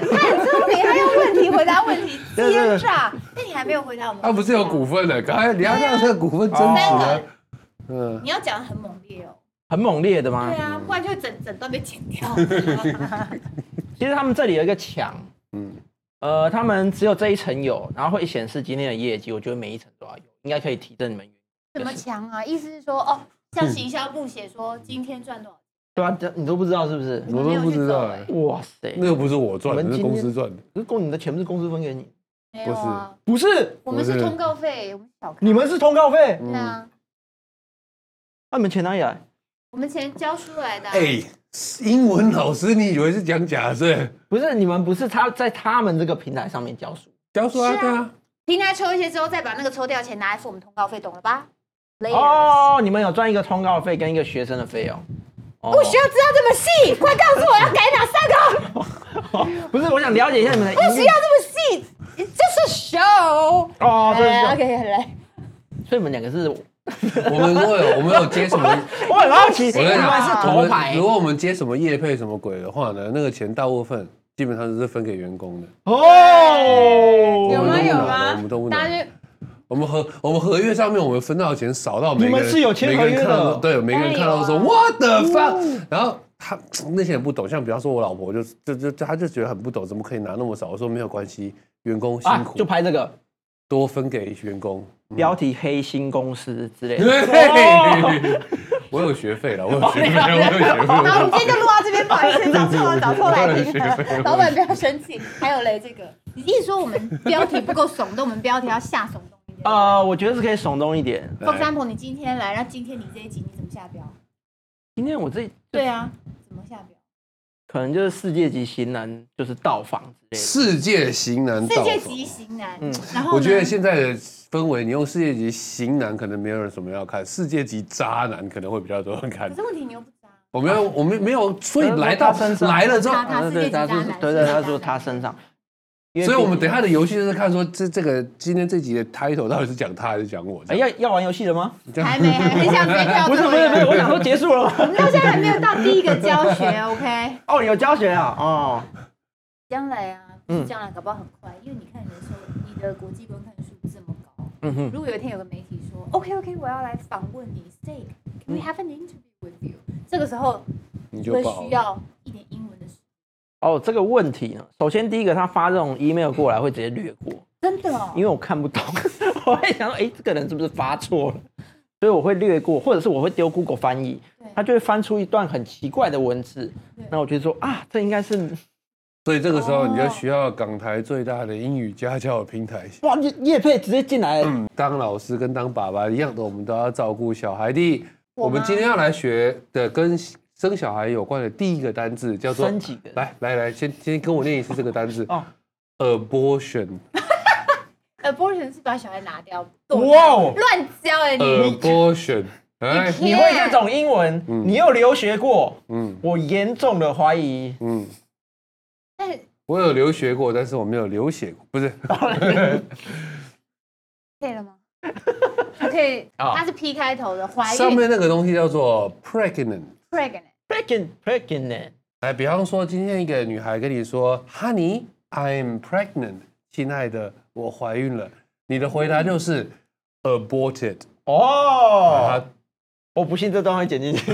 Speaker 5: 很聪明，他用问题回答问题，
Speaker 3: 对对对
Speaker 5: 奸诈。那你还没有回答我们？
Speaker 4: 啊他不是有股？份的，刚才你要让这个股份真实啊
Speaker 5: 哦三，
Speaker 4: 嗯，
Speaker 5: 你要讲得很猛烈哦。
Speaker 3: 很猛烈的吗
Speaker 5: 对？啊，不然就整整段被剪掉。
Speaker 3: 其实他们这里有一个墙，
Speaker 4: 嗯，
Speaker 3: 呃，他们只有这一层有，然后会显示今天的业绩。我觉得每一层都要有，应该可以提振你们。
Speaker 5: 什么强啊？意思是说，哦，像行销部写说今天赚多少，
Speaker 3: 对啊，这你都不知道是不是？
Speaker 4: 我都不知道哎，
Speaker 3: 哇塞，
Speaker 4: 那个不是我赚
Speaker 3: 你
Speaker 4: 的，
Speaker 3: 们
Speaker 4: 是
Speaker 3: 今
Speaker 4: 公
Speaker 3: 天
Speaker 4: 司赚的，
Speaker 3: 那公你的钱不是公司分给你？
Speaker 5: 没有啊？
Speaker 3: 不是，
Speaker 5: 我们是
Speaker 4: 不是
Speaker 5: 通告费，我们小看
Speaker 3: 你们是通告费，
Speaker 5: 对啊，
Speaker 3: 那你们钱哪里来？
Speaker 5: 我们钱交出来的啊。
Speaker 4: 哎，英文老师你以为是讲假设？
Speaker 3: 不是，你们不是他在他们这个平台上面教书。
Speaker 4: 教授啊，
Speaker 5: 是啊
Speaker 4: 对啊，
Speaker 5: 平台抽一些之后，再把那个抽掉的钱拿来付我们通告费，懂了吧？哦，
Speaker 3: 哦，你们有赚一个通告费跟一个学生的费用。哦
Speaker 5: 不需要知道这 么细，快告诉我要改哪三个，
Speaker 3: 要， 不是，我想了解一下你们的。
Speaker 5: 不需要这么细，这是 show。
Speaker 3: 哦，对
Speaker 5: 哎
Speaker 3: 对对，
Speaker 5: OK，来，
Speaker 3: 所以你们两个是，
Speaker 5: 啊
Speaker 4: 我们如果有我们有接什 么？
Speaker 3: 我很好奇，你
Speaker 4: 我跟
Speaker 3: 们
Speaker 4: 你讲
Speaker 3: 是头牌
Speaker 4: 如果我们接什么业配什么鬼的话呢，那个钱大部分基本上都是分给员工的。
Speaker 3: 哦。
Speaker 4: 有
Speaker 5: 有
Speaker 4: 吗
Speaker 5: 吗？
Speaker 4: 有
Speaker 5: 有
Speaker 4: 吗
Speaker 5: 吗？
Speaker 4: 我们都不拿
Speaker 5: 大家就
Speaker 4: 我们合我们合约上面我们分到的钱少到每个人
Speaker 3: 你们是有签
Speaker 4: 每个人
Speaker 3: 合约的
Speaker 4: 看到对，每个人看到都说
Speaker 5: 哎呦
Speaker 4: What the fuck，然后他那些人不懂，像比方说我老婆就就就就她就觉得很不懂，怎么可以拿那么少？我说没有关系，员工辛
Speaker 3: 啊，
Speaker 4: 苦，嗯
Speaker 3: 就拍这个
Speaker 4: 多分给员工。
Speaker 3: 标题“黑心公司”之
Speaker 4: 嗯
Speaker 3: 类的。
Speaker 4: 对，我有学费了，我有学费，我有学费。
Speaker 5: 好，我们今天就录到这边，不好意思，找错了，找错来宾
Speaker 4: 我也是
Speaker 5: 了，老板不要生气。还有嘞，这个，你意思说我们标题不够耸动，我们标题要下耸动一点。
Speaker 3: 呃，我觉得是可以耸动一点。
Speaker 5: For example，你今天来，然后今天你这一集你怎么下标？
Speaker 3: 今天我自己
Speaker 5: 对啊，怎么下
Speaker 3: 嗯
Speaker 5: 标？
Speaker 3: 可能就是世界级型男，就是到访之类的。
Speaker 4: 世界型男到
Speaker 5: 世
Speaker 4: 访，
Speaker 5: 界级型男，
Speaker 3: 嗯
Speaker 5: 然后呢
Speaker 4: 我觉得现在的氛围，你用世界级型男可能没有人什么要看，世界级渣男可能会比较多人看
Speaker 5: 可。是问题你又 不知道。
Speaker 4: 我们要，我们没有，所以来到
Speaker 3: 他身上
Speaker 4: 来了之后，
Speaker 5: 他
Speaker 3: 啊
Speaker 5: 世界级渣
Speaker 3: 对
Speaker 5: 男
Speaker 3: 对对对，
Speaker 5: 世界级渣
Speaker 3: 他
Speaker 5: 男
Speaker 3: 说他身上。
Speaker 4: 所以我们等一
Speaker 3: 下，
Speaker 4: 下的游戏就是看说这这个今天这集的 title 到底是讲他还是讲我？
Speaker 3: 哎，要要玩游戏了吗？
Speaker 5: 还没，还没像这跳
Speaker 3: 不是不是不是，我想说结束了
Speaker 5: 我
Speaker 3: 吗？
Speaker 5: 们到现在还没有到第一个教学 ，OK？
Speaker 3: 哦，你有教学啊？哦，
Speaker 5: 将来啊，
Speaker 3: 嗯
Speaker 5: 将来搞不好很快，因为你看你的收，你的国际观看数这么高，
Speaker 3: 嗯哼，
Speaker 5: 如果有一天有个媒体说，OK OK，我要来访问你，Steak，Can we have an interview with you？这个时候
Speaker 4: 你
Speaker 5: 你
Speaker 4: 就
Speaker 5: 会
Speaker 4: 不好
Speaker 5: 需。要一点英文的时，
Speaker 3: 哦，这个问题呢，首先第一个，他发这种 email 过来会直接略过，
Speaker 5: 真的哦
Speaker 3: 因，为我看不懂， 我会想说，哎，这个人是不是发错了？所以我会略过，或者是我会丢 Google 翻译，他
Speaker 5: 对，
Speaker 3: 就会翻出一段很奇怪的文字
Speaker 5: 对，
Speaker 3: 那我就说啊，这应该是
Speaker 4: 所以这个时候你就需要港台最大的英语家教平台。
Speaker 3: 哇，叶叶佩直接进来了，
Speaker 4: 当老师跟当爸爸一样的，我们都要照顾小孩的。
Speaker 5: 我
Speaker 4: 我
Speaker 5: 吗
Speaker 4: 们今天要来学的跟生小孩有关的第一个单字叫做
Speaker 3: 生几个
Speaker 4: 来来来，先先跟我念一次这个单字
Speaker 3: 哦
Speaker 4: abortion
Speaker 5: abortion 是把小孩拿掉，
Speaker 3: 哇哦，
Speaker 5: 乱教哎、你
Speaker 4: abortion，哎，
Speaker 3: 你会这种英文，
Speaker 4: 嗯
Speaker 3: 你又留学过，
Speaker 4: 嗯
Speaker 3: 我严重的怀疑
Speaker 4: 嗯，
Speaker 5: 但是
Speaker 4: 我有留学过，但是我没有流血过，不是
Speaker 5: 可以了吗？可以，
Speaker 3: 啊
Speaker 5: 它是 P 开头的，怀
Speaker 4: 上
Speaker 5: 孕
Speaker 4: 面那个东西叫做 pregnant。
Speaker 5: pregnant，
Speaker 3: pregnant pregnant，
Speaker 4: 来，比方说今天一个女孩跟你说，Honey, I'm pregnant，亲爱的，我怀孕了。你的回答就是 aborted，
Speaker 3: 哦
Speaker 4: 啊，
Speaker 3: 我不信这段会剪进去，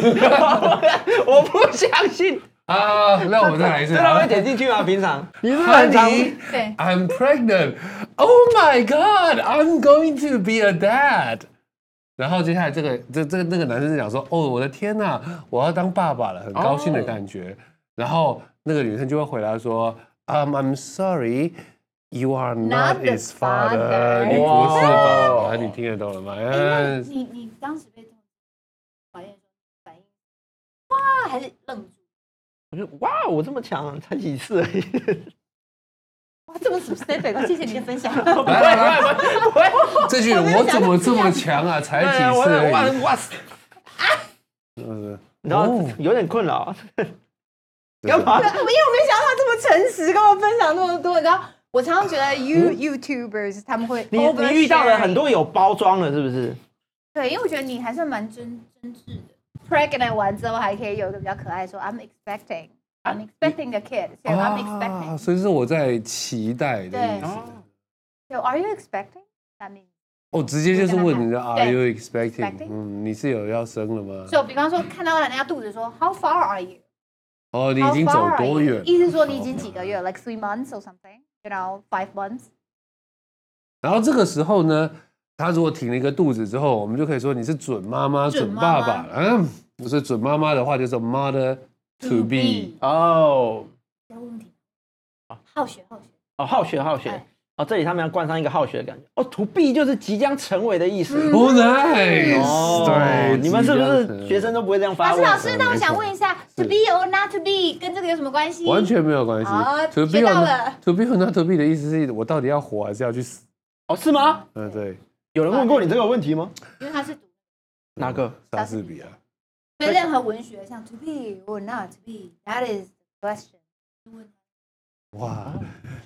Speaker 3: 我不相信，
Speaker 4: 啊，那我们再来一次
Speaker 3: 这段
Speaker 4: 啊
Speaker 3: 会剪进 去吗？平常你是不是很常
Speaker 4: ，Honey,
Speaker 5: 对
Speaker 4: I'm pregnant. Oh my god, I'm going to be a dad. 然后接下来这个这这个那个男生就讲说，哦，我的天呐、我要当爸爸了，很高兴的感觉。然后那个女生就会回答说，Um, I'm sorry. You are not
Speaker 5: Not the
Speaker 4: his father，
Speaker 5: father
Speaker 4: 你不是爸
Speaker 3: 哇
Speaker 4: 爸，你听得懂了吗？
Speaker 5: 哎那
Speaker 3: 呃
Speaker 4: 嗯
Speaker 5: 你你当时被通知怀孕的时候反应，哇，还是愣住，
Speaker 3: 我就哇，我这么强，啊才几次而已，
Speaker 5: 哇，这么 specific，谢谢 你的分享。
Speaker 4: 来来来，
Speaker 3: 不会，
Speaker 4: 这句我怎么这么强啊？才几
Speaker 3: 对我
Speaker 4: 次而已
Speaker 3: 哇哇塞，
Speaker 4: 是不是，
Speaker 3: 然后
Speaker 4: 哦
Speaker 3: 有点困扰，
Speaker 4: 就是
Speaker 3: 干嘛？
Speaker 5: 因为我没想到他这么诚实，跟我分享那么多。你知道，我常 常觉得 You YouTubers 他们会
Speaker 3: 嗯你你遇到了很
Speaker 5: oversharing
Speaker 3: 多有包装的，是不是？
Speaker 5: 对，因为我觉得你还算蛮真真挚的。Pregnant 完之后还可以有一个比较可爱说 I'm expecting
Speaker 3: 啊
Speaker 5: I'm expecting a kid，所以 I'm
Speaker 4: 啊，
Speaker 5: expecting，
Speaker 4: 所以是我在期待的意
Speaker 5: 对
Speaker 4: 思。
Speaker 5: 就 Are you expecting？下面
Speaker 4: 哦，直接就是问人家
Speaker 5: 对
Speaker 4: Are you expecting？
Speaker 5: expecting
Speaker 4: 嗯，你是有要生了吗？
Speaker 5: 就比方说看到人家肚子说 How far are you？
Speaker 4: 哦，你
Speaker 5: How
Speaker 4: 已经
Speaker 5: far
Speaker 4: 走
Speaker 5: are
Speaker 4: 多
Speaker 5: you？
Speaker 4: 远？
Speaker 5: 意思是说你已经几个月，like three months or something，you know，five months。
Speaker 4: 然后这个时候呢，他如果挺了一个肚子之后，我们就可以说你是准妈妈、
Speaker 5: 准
Speaker 4: 准爸
Speaker 5: 妈
Speaker 4: 爸。嗯，所以准妈妈的话就是 mother to be。
Speaker 3: 哦
Speaker 5: 不要问题，
Speaker 4: 啊
Speaker 5: 好学好学，
Speaker 3: 哦，好学好学
Speaker 5: 哎。
Speaker 3: 哦，这里他们要冠上一个好学的感觉。哦，to be 就是即将成为的意思。
Speaker 4: 哦，nice！
Speaker 3: 哦，
Speaker 4: 对，
Speaker 3: 你们是不
Speaker 4: 即将成
Speaker 3: 是
Speaker 4: 为
Speaker 3: 学生都不会这样发
Speaker 5: 老师
Speaker 3: 问？
Speaker 5: 老师
Speaker 4: 嗯，
Speaker 5: 那我
Speaker 4: 没
Speaker 5: 想
Speaker 4: 错
Speaker 5: 问一下，to
Speaker 4: 是
Speaker 5: be or not to be 跟这个有什么关系？
Speaker 4: 完全没有关系
Speaker 5: 好。
Speaker 4: To be
Speaker 5: 啊学
Speaker 4: or
Speaker 5: 到
Speaker 4: not-
Speaker 5: 了
Speaker 4: to be or not to be 的意思是我到底要活还是要去死？
Speaker 3: 哦，是吗？
Speaker 4: 嗯，对，
Speaker 3: 有人问过你这个问题吗？
Speaker 5: 因为它是读
Speaker 3: 哪个？
Speaker 4: 嗯莎士比亚。
Speaker 5: 所以任何文学，像 to be or not to be，that is the question。
Speaker 4: 哇，
Speaker 3: 哦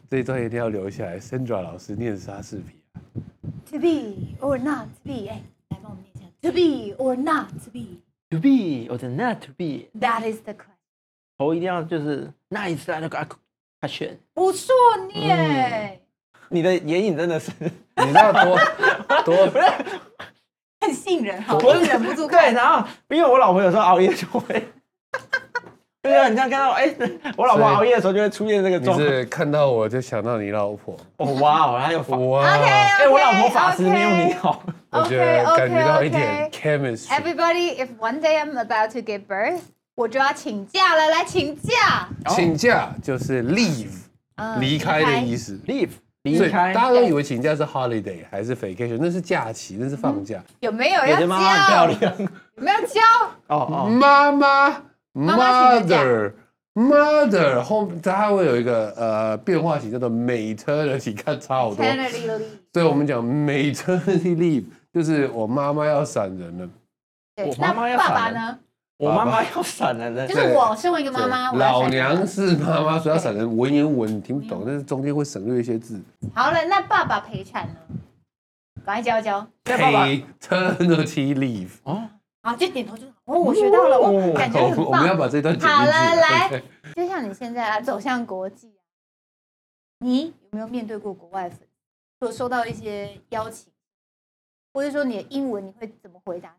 Speaker 4: 这一段一定要留下来。Sandra 老师念莎士比亚。
Speaker 5: to be or not to be，哎，来帮我们念一下，to be or not to be，that
Speaker 3: To be or the not to be，
Speaker 5: is the question。
Speaker 3: 头一定要就是 nice 那个 question。
Speaker 5: 不错
Speaker 4: 嗯
Speaker 5: 念，
Speaker 3: 你的眼影真的是，
Speaker 4: 你知道多多
Speaker 3: 不是
Speaker 5: 很信任哈，
Speaker 3: 我
Speaker 5: 我忍不住
Speaker 3: 对，
Speaker 5: 看。
Speaker 3: 然后因为我老婆有时候熬夜就会， 对啊，你这样看到哎，我老婆
Speaker 4: 所以
Speaker 3: 熬夜的时候就会出现这个
Speaker 4: 你
Speaker 3: 状况。
Speaker 4: 是看到我就想到你老婆，
Speaker 3: 哦哇哦，还有法，
Speaker 4: 哇
Speaker 3: 哎，我老婆法师没有你好。
Speaker 4: 我觉得
Speaker 5: OK，OK，OK
Speaker 4: 感觉到一点 chemistry。
Speaker 5: Everybody, if one day I'm about to give birth，我就要请假了，来请假。
Speaker 4: 请假就是
Speaker 3: 哦
Speaker 4: leave，
Speaker 5: 嗯
Speaker 4: 离开的意思。
Speaker 3: leave 离
Speaker 4: 所以
Speaker 3: 开
Speaker 4: 大，家都以为请假是 holiday 还是 vacation，那是假期，那是放假。
Speaker 5: 有没有
Speaker 3: 姐
Speaker 5: 要
Speaker 3: 姐妈妈很漂
Speaker 5: 教？
Speaker 3: 亮。
Speaker 5: 有没有教？
Speaker 3: 哦哦，
Speaker 4: 妈妈
Speaker 5: 嗯妈请个
Speaker 4: mother mother 后它会有一个呃变化型叫做 maternity，看差好
Speaker 5: t
Speaker 4: 多
Speaker 5: e。n e r l y
Speaker 4: 所以我们讲 maternity leave 就是我妈妈要闪人了。
Speaker 5: 对
Speaker 3: 我，
Speaker 5: 那
Speaker 3: 妈妈要
Speaker 5: 爸
Speaker 3: 闪
Speaker 5: 爸
Speaker 3: 人
Speaker 5: 呢？
Speaker 3: 我妈妈要闪人了
Speaker 5: 就
Speaker 3: 呢。
Speaker 5: 是
Speaker 4: 对
Speaker 5: 我身为一个妈妈，我
Speaker 4: 对
Speaker 5: 要
Speaker 4: 老
Speaker 5: 闪人嗯
Speaker 4: 娘是妈妈，所以要省人文言文，你听不懂，但是中间会省略一些字。
Speaker 5: 好了，那爸爸陪产呢？赶快教教。
Speaker 3: 那爸爸
Speaker 4: Paternity leave，
Speaker 3: 哦，
Speaker 5: 好，就点头就好。哦，我学到了，我感觉很
Speaker 4: 哦我我们要
Speaker 5: 棒。
Speaker 4: 把这段剪进去。
Speaker 5: 好了来
Speaker 4: 对
Speaker 5: 就像你现在啊，走向国际，你有没有面对过国外粉，或者收到一些邀请，或者说你的英文你会怎么回答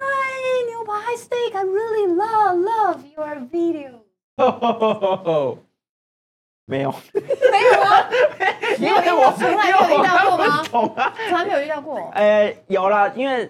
Speaker 5: ？Hi，牛排 steak. I really love love your video.
Speaker 3: 没有，啊
Speaker 5: 没有吗？没有，因为我从来没有遇到过吗？
Speaker 3: 懂啊。
Speaker 5: 从来没有 遇到过。
Speaker 3: 呃，有啦，因为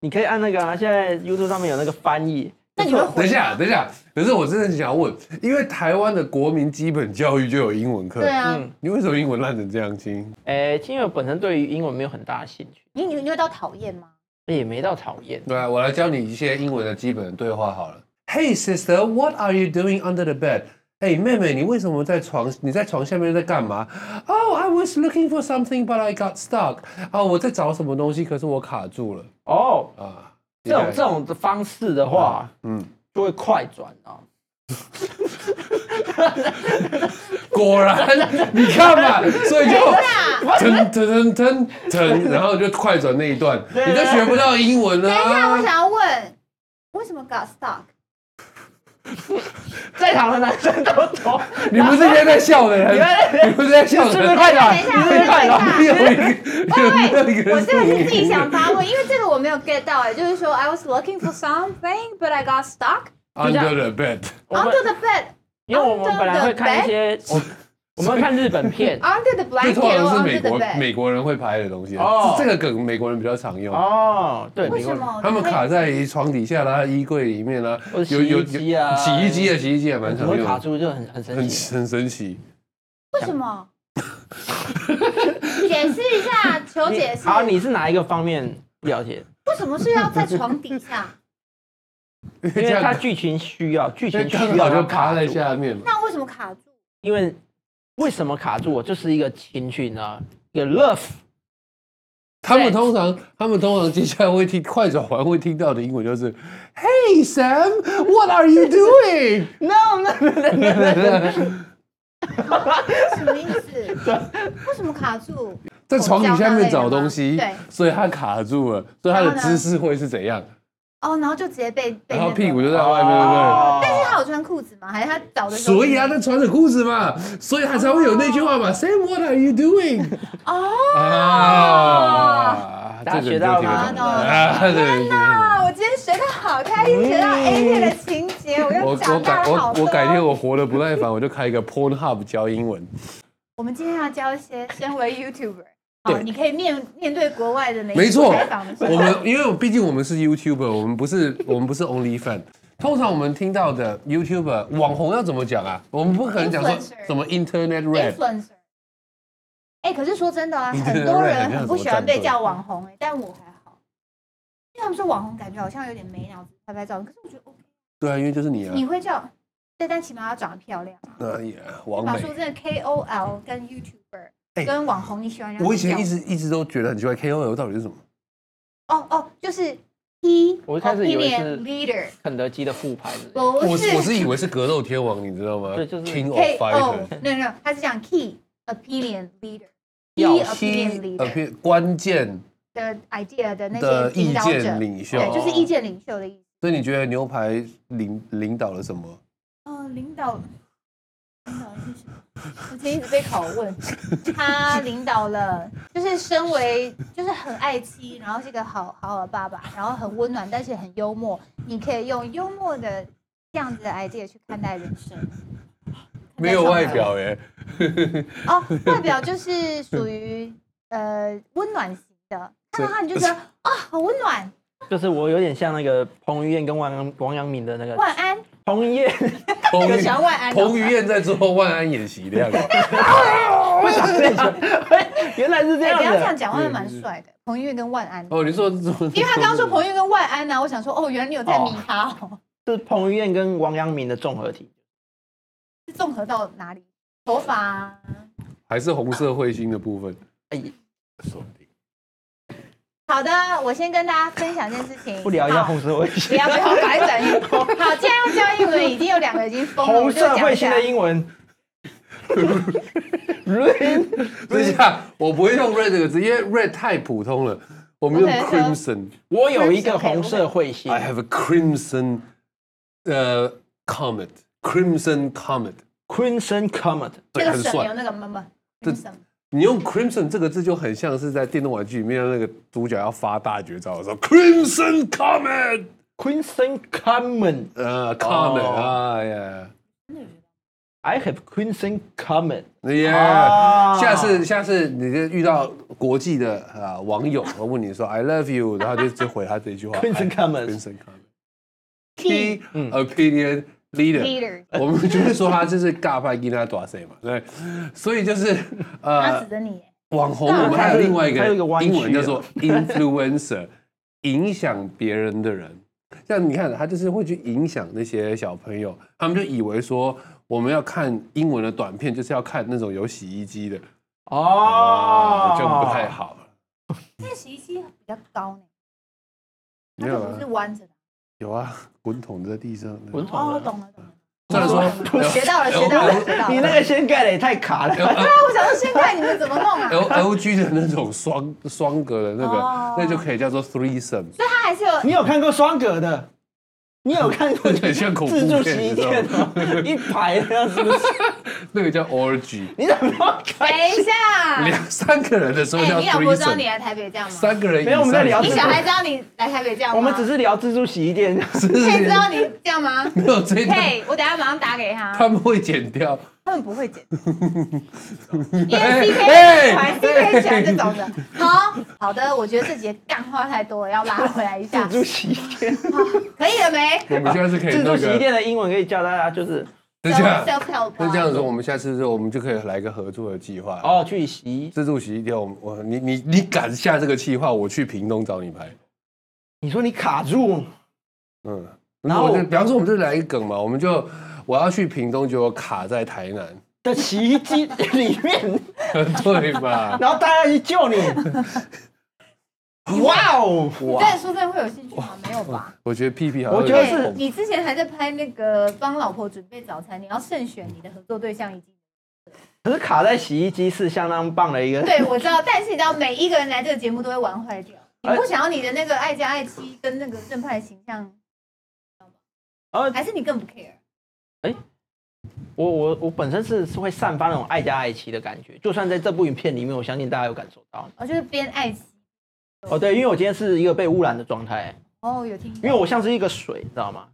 Speaker 3: 你可以按那个啊，现在 YouTube 上面有那个翻译。
Speaker 5: 那你会
Speaker 4: 等
Speaker 5: 回
Speaker 4: 一
Speaker 5: 答？
Speaker 4: 下，等一下，可是我真的很想问，因为台湾的国民基本教育就有英文课，
Speaker 5: 对啊，
Speaker 3: 嗯，
Speaker 4: 你为什么英文烂成这样，亲？
Speaker 3: 呃，因为我本身对于英文没有很大的兴趣，
Speaker 5: 你你你会到讨厌吗？
Speaker 3: 也没到讨厌。
Speaker 4: 对啊，我来教你一些英文的基本的对话好了。 Hey sister, what are you doing under the bed? 哎、妹妹，你为什么在床？你在床下面在干嘛？Oh, I was looking for something, but I got stuck. 啊、我在找什么东西，可是我卡住了
Speaker 3: 哦，
Speaker 4: 啊。
Speaker 3: 这种这种的方式的话，
Speaker 4: 嗯
Speaker 3: 嗯，就会快转啊。
Speaker 4: 果然，你看嘛， 所以就腾腾腾腾腾，然后就快转那一段，你就学不到英文了、
Speaker 5: 等一下，我
Speaker 4: 啊。
Speaker 5: 想要问，为什么 got stuck？
Speaker 3: 在场的男生都懂，
Speaker 4: 你不是现在在笑的人，你不是在笑
Speaker 3: 是
Speaker 4: 的
Speaker 3: 不是
Speaker 4: 人，
Speaker 3: 快转？
Speaker 5: 等一
Speaker 3: 是
Speaker 5: 下
Speaker 3: 不是快转？
Speaker 4: 你有一个，你有一个
Speaker 5: 喂，
Speaker 4: 人
Speaker 5: 我这个是自己
Speaker 4: 英文
Speaker 5: 想发问，因为这个我没有 get 到哎、就是说 I was looking for something, but I got stuck
Speaker 4: under the bed，
Speaker 3: 我们
Speaker 5: under the bed,
Speaker 3: 因为我们本来会看一些，我 我们会看日本片
Speaker 5: under
Speaker 4: 这
Speaker 5: the blanket,
Speaker 4: 通常是
Speaker 5: or
Speaker 4: 美
Speaker 5: under the
Speaker 4: 国
Speaker 5: bed。
Speaker 4: 美国人会拍的东西啊
Speaker 3: 哦，
Speaker 4: 这个梗美国人比较常用。
Speaker 3: 哦，对，
Speaker 5: 为什
Speaker 3: 美国人？
Speaker 5: 么？
Speaker 4: 他们卡在床底下啦、衣柜里面啦
Speaker 3: 或者，洗
Speaker 4: 有有有
Speaker 3: 衣机啊
Speaker 4: 洗衣机啊，洗衣机也蛮
Speaker 3: 怎
Speaker 4: 常
Speaker 3: 么
Speaker 4: 用
Speaker 3: 会卡
Speaker 4: 的，
Speaker 3: 住就很很神
Speaker 4: 很
Speaker 3: 奇？
Speaker 4: 很神奇。
Speaker 5: 为什 么？解释一下，求解释。
Speaker 3: 好，你是哪一个方面不了 解？
Speaker 5: 为什么是要在床底下？
Speaker 4: 因为
Speaker 3: 因为它
Speaker 4: 他
Speaker 3: 剧情需要，剧情需
Speaker 4: 刚
Speaker 3: 要
Speaker 4: 好就
Speaker 3: 它
Speaker 4: 趴在
Speaker 3: 住。
Speaker 4: 下面嘛。
Speaker 5: 那为什么卡住？
Speaker 3: 因为为什么卡住我？就是一个情绪呢，一个 love。
Speaker 4: 他们通常，他们通常接下来会听快转环会听到的英文就是 “Hey Sam, what are you doing？”
Speaker 3: No no no no, no, no, no.
Speaker 5: 什么意思？ 为什么卡住？
Speaker 4: 在床底下面找东西
Speaker 5: 口交那类的吗，
Speaker 4: 所以他卡住了，所以他的
Speaker 5: 啊然后呢
Speaker 4: 姿势会是怎样？
Speaker 5: 哦，然后就直接被被
Speaker 4: 然
Speaker 5: 那
Speaker 4: 后
Speaker 5: 个
Speaker 4: 屁股就在外面，对不对？
Speaker 5: 但是他有穿裤子吗？还是他找的时候？
Speaker 4: 所以啊，他穿着裤子嘛，所以他才会有那句话嘛，Say what are you doing？
Speaker 5: 哦，
Speaker 4: 啊，
Speaker 3: 大家学到吗
Speaker 4: 这个你就听得懂了啊，对对对。
Speaker 5: 啊，我今天学的好开心，学到 A 片的情节，我
Speaker 4: 嗯我
Speaker 5: 又
Speaker 4: 我
Speaker 5: 长
Speaker 4: 改
Speaker 5: 大了好
Speaker 4: 我
Speaker 5: 多。
Speaker 4: 我改天我活得不耐烦，我就开一个 Pornhub 教英文。
Speaker 5: 我们今天要教一些身为 YouTuber，好，你可以面面对国外的媒体
Speaker 4: 没错
Speaker 5: 采访的，时候
Speaker 4: 我们因为毕竟我们是 YouTuber，我们不是我们不是 OnlyFan。通常我们听到的 YouTuber 网红要怎么讲啊？我们不可能讲说
Speaker 5: Influencer
Speaker 4: 什么 Internet Red，
Speaker 5: influencer。哎、可是说真的啊，
Speaker 4: 你
Speaker 5: 很
Speaker 4: 真的
Speaker 5: 多
Speaker 4: 认
Speaker 5: 人
Speaker 4: 很像
Speaker 5: 很不
Speaker 4: 什么
Speaker 5: 喜欢
Speaker 4: 战
Speaker 5: 被
Speaker 4: 队
Speaker 5: 叫网红、哎，但我还好，因为他们说网红感觉好像有点没脑子拍拍照，可是我觉得 OK。
Speaker 4: 对啊，因为就是你啊，
Speaker 5: 你会叫，但但起码要长得漂亮。啊
Speaker 4: 那也啊王
Speaker 5: 法
Speaker 4: 美
Speaker 5: 术。真的 KOL 跟 YouTuber、
Speaker 4: 哎
Speaker 5: 跟网红，你喜欢让
Speaker 4: 我以
Speaker 5: 你叫
Speaker 4: 前一直一直都觉得很奇怪，KOL 到底是什么？
Speaker 5: 哦哦，就是 P
Speaker 3: 我一开始以为
Speaker 5: opinion
Speaker 3: 是
Speaker 5: leader，
Speaker 3: 肯德基的副牌之类的，
Speaker 5: 不
Speaker 4: 我
Speaker 5: 是
Speaker 4: 我是以为是格斗天王，你知道吗？
Speaker 3: 对就是
Speaker 4: King of
Speaker 5: KO，
Speaker 4: Fighter，
Speaker 5: no no，他是哦讲 key opinion leader。key
Speaker 3: 要
Speaker 5: opinion leader
Speaker 4: 片呃关键
Speaker 5: 的 idea 的那
Speaker 4: 的
Speaker 5: 些
Speaker 4: 意
Speaker 5: 领导者
Speaker 4: 见，领袖。
Speaker 5: 对，就是意见领袖的意思。
Speaker 4: 所以你觉得牛排领领导了什么？
Speaker 5: 嗯，领导，领导是什么？我今天一直被拷问。他领导了，就是身为就是很爱妻，然后是个好好的爸爸，然后很温暖，但是很幽默。你可以用幽默的这样子的 idea 去看待人生。
Speaker 4: 没有外表哎、
Speaker 5: 哦，外表就是属于呃温暖型的，看到他你就觉得啊、好温暖。
Speaker 3: 就是我有点像那个彭于晏跟王阳王阳明的那个
Speaker 5: 万安，
Speaker 3: 彭于晏，
Speaker 4: 彭
Speaker 5: 我
Speaker 4: 于
Speaker 5: 喜欢万安哦。
Speaker 4: 彭于晏在做万安演习的样子，
Speaker 3: 原来是这
Speaker 5: 哎，
Speaker 3: 样
Speaker 5: 不要这样
Speaker 3: 的。
Speaker 5: 讲，万安蛮帅的。彭于晏跟万安。
Speaker 4: 哦，你说做，
Speaker 5: 因为他刚刚说彭于晏跟万安呐、我想说哦，原来你有在迷他哦，
Speaker 3: 是彭于晏跟王阳明的综合体，
Speaker 5: 是综合到哪里？头发、啊，
Speaker 4: 还是红色彗星的部 分，
Speaker 3: 哎，
Speaker 5: 好的，我先跟大家分享一件事情。
Speaker 3: 不聊一下
Speaker 5: 好
Speaker 3: 红色卫
Speaker 5: 不
Speaker 3: 星
Speaker 5: 要，不要，赶快转移。好，既然要教英文，已经有两个已经疯了，
Speaker 3: 红色
Speaker 5: 会
Speaker 3: 卫星的英文。Rain
Speaker 4: 等一下，我不会用 red 这个字，因为 red 太普通了。我们用
Speaker 5: OK，说
Speaker 4: crimson。
Speaker 3: 我有一个红色彗星
Speaker 4: I，have a crimson，呃、comet，crimson comet，
Speaker 3: Crimson Comet，
Speaker 5: 这
Speaker 4: 对，
Speaker 5: 个
Speaker 4: 很
Speaker 5: 省有
Speaker 4: 帅。
Speaker 5: 那个妈妈，
Speaker 4: 这
Speaker 5: 这什么？
Speaker 4: 你用 crimson 这个字就很像是在电动玩具里面那个主角要发大绝招的时候，crimson comet，
Speaker 3: Crimson Comet。
Speaker 4: 呃，comet，
Speaker 3: 哦
Speaker 4: 哎呀
Speaker 3: I have Crimson Comet。
Speaker 5: 哦
Speaker 4: ，yeah，
Speaker 3: 啊
Speaker 4: 下次下次你就遇到国际的啊网友，我问你说 I love you，然后就就回他这句 话
Speaker 3: Crimson comet
Speaker 4: crimson comet，key
Speaker 5: Key
Speaker 4: opinion leader。
Speaker 5: leader，
Speaker 4: 我们就会说他就是尬派跟他打谁嘛，对，所以就是
Speaker 5: 他
Speaker 4: 呃
Speaker 5: 指，着你耶，
Speaker 4: 网红我们还有另外一
Speaker 3: 还
Speaker 4: 个啊
Speaker 3: 有一个弯曲
Speaker 4: 英文叫做 influencer，影响别人的人。像你看，他就是会去影响那些小朋友，他们就以为说我们要看英文的短片，就是要看那种有洗衣机的，
Speaker 3: 啊哦，
Speaker 4: 就啊不太。好了。
Speaker 5: 那洗衣机比较高呢，它
Speaker 4: 没有
Speaker 5: 可能是
Speaker 4: 啊，
Speaker 5: 弯着的。
Speaker 4: 有啊，滚筒在地上的。
Speaker 3: 滚筒
Speaker 5: 哦，
Speaker 3: 的
Speaker 5: 懂了懂了，
Speaker 4: 虽然说
Speaker 5: 学到了学到 了学到
Speaker 3: 你
Speaker 5: 了。
Speaker 3: 那个掀盖的也太卡
Speaker 4: 哎
Speaker 3: 了，
Speaker 5: 那我想说，现在你们怎么弄 啊？
Speaker 4: L L G 的那种双双格的那个，
Speaker 5: 哦
Speaker 4: 那就可以叫做 threesome，
Speaker 5: 它还是 有
Speaker 3: 你有看过双格的？你有看过
Speaker 4: 很像恐怖
Speaker 3: 自助洗
Speaker 4: 片，
Speaker 3: 衣
Speaker 4: 你知道
Speaker 3: 店
Speaker 4: 吗？
Speaker 3: 吗？一排这样子，
Speaker 4: 那个叫 orgy，
Speaker 3: 你怎么 看？
Speaker 5: 等一下，
Speaker 4: 两三个人的时候
Speaker 5: 哎，
Speaker 4: 叫
Speaker 5: 你老婆知道你
Speaker 4: threesome，
Speaker 5: 来台北这样吗？
Speaker 4: 三个人以
Speaker 3: 没有我们在聊
Speaker 4: 上
Speaker 5: 你小孩知道你来台北这样吗？
Speaker 3: 我们只是聊自助洗衣店，
Speaker 5: 可以知道你这样 吗？
Speaker 4: 没有这一段，
Speaker 5: 嘿，我等一下马上打给他。
Speaker 4: 他们会剪掉。
Speaker 5: 他们不会剪，因为
Speaker 4: 哎哎
Speaker 5: CK 喜欢 CK 喜欢这种的。好好的，我觉得这节干话太多了，要拉回来一下
Speaker 3: 自。助洗衣店，
Speaker 5: 可以了没
Speaker 4: 我们下次可以
Speaker 3: 自助
Speaker 4: 那
Speaker 3: 洗衣
Speaker 4: 个，
Speaker 3: 店的英文可以教大家就是
Speaker 4: 那这样，
Speaker 5: ？Self help 啊。
Speaker 4: 那这样子，我们下次就我们就可以来个合作的计划。哦，
Speaker 3: 哦去洗衣。
Speaker 4: 自助洗衣店，我们我你你你敢下这个计划，我去屏东找你拍。
Speaker 3: 你说你卡住，
Speaker 4: 嗯，然
Speaker 3: 然
Speaker 4: 后
Speaker 3: 后
Speaker 4: 我就，比方说，我们就来一梗嘛，我们就我要去屏东，结果卡在台南，
Speaker 3: 的洗衣机里面，
Speaker 4: 对吧？
Speaker 3: 然后大家去救你。哇哦！
Speaker 5: 你真的说真的会有兴趣吗？没有吧？
Speaker 4: 我觉得屁屁好像
Speaker 3: 我觉得
Speaker 4: 有点
Speaker 3: 是
Speaker 4: 恐怖
Speaker 5: 你之前还在拍那个帮老婆准备早餐，你要慎选你的合作对象以及。
Speaker 3: 可是卡在洗衣机是相当棒的一个，
Speaker 5: 对，我知道，但是你知道，每一个人来这个节目都会玩坏掉。你不想要你的那个爱家爱妻跟那个正派的形象，
Speaker 3: 而
Speaker 5: 还是你更不 care？
Speaker 3: 我我我本身是是会散发那种爱家爱妻的感觉，就算在这部影片里面，我相信大家有感受到。
Speaker 5: 哦，就是边爱妻
Speaker 3: 哦，对，因为我今天是一个被污染的状态，
Speaker 5: 哦，有听
Speaker 3: 因为我像是一个水，你知道吗？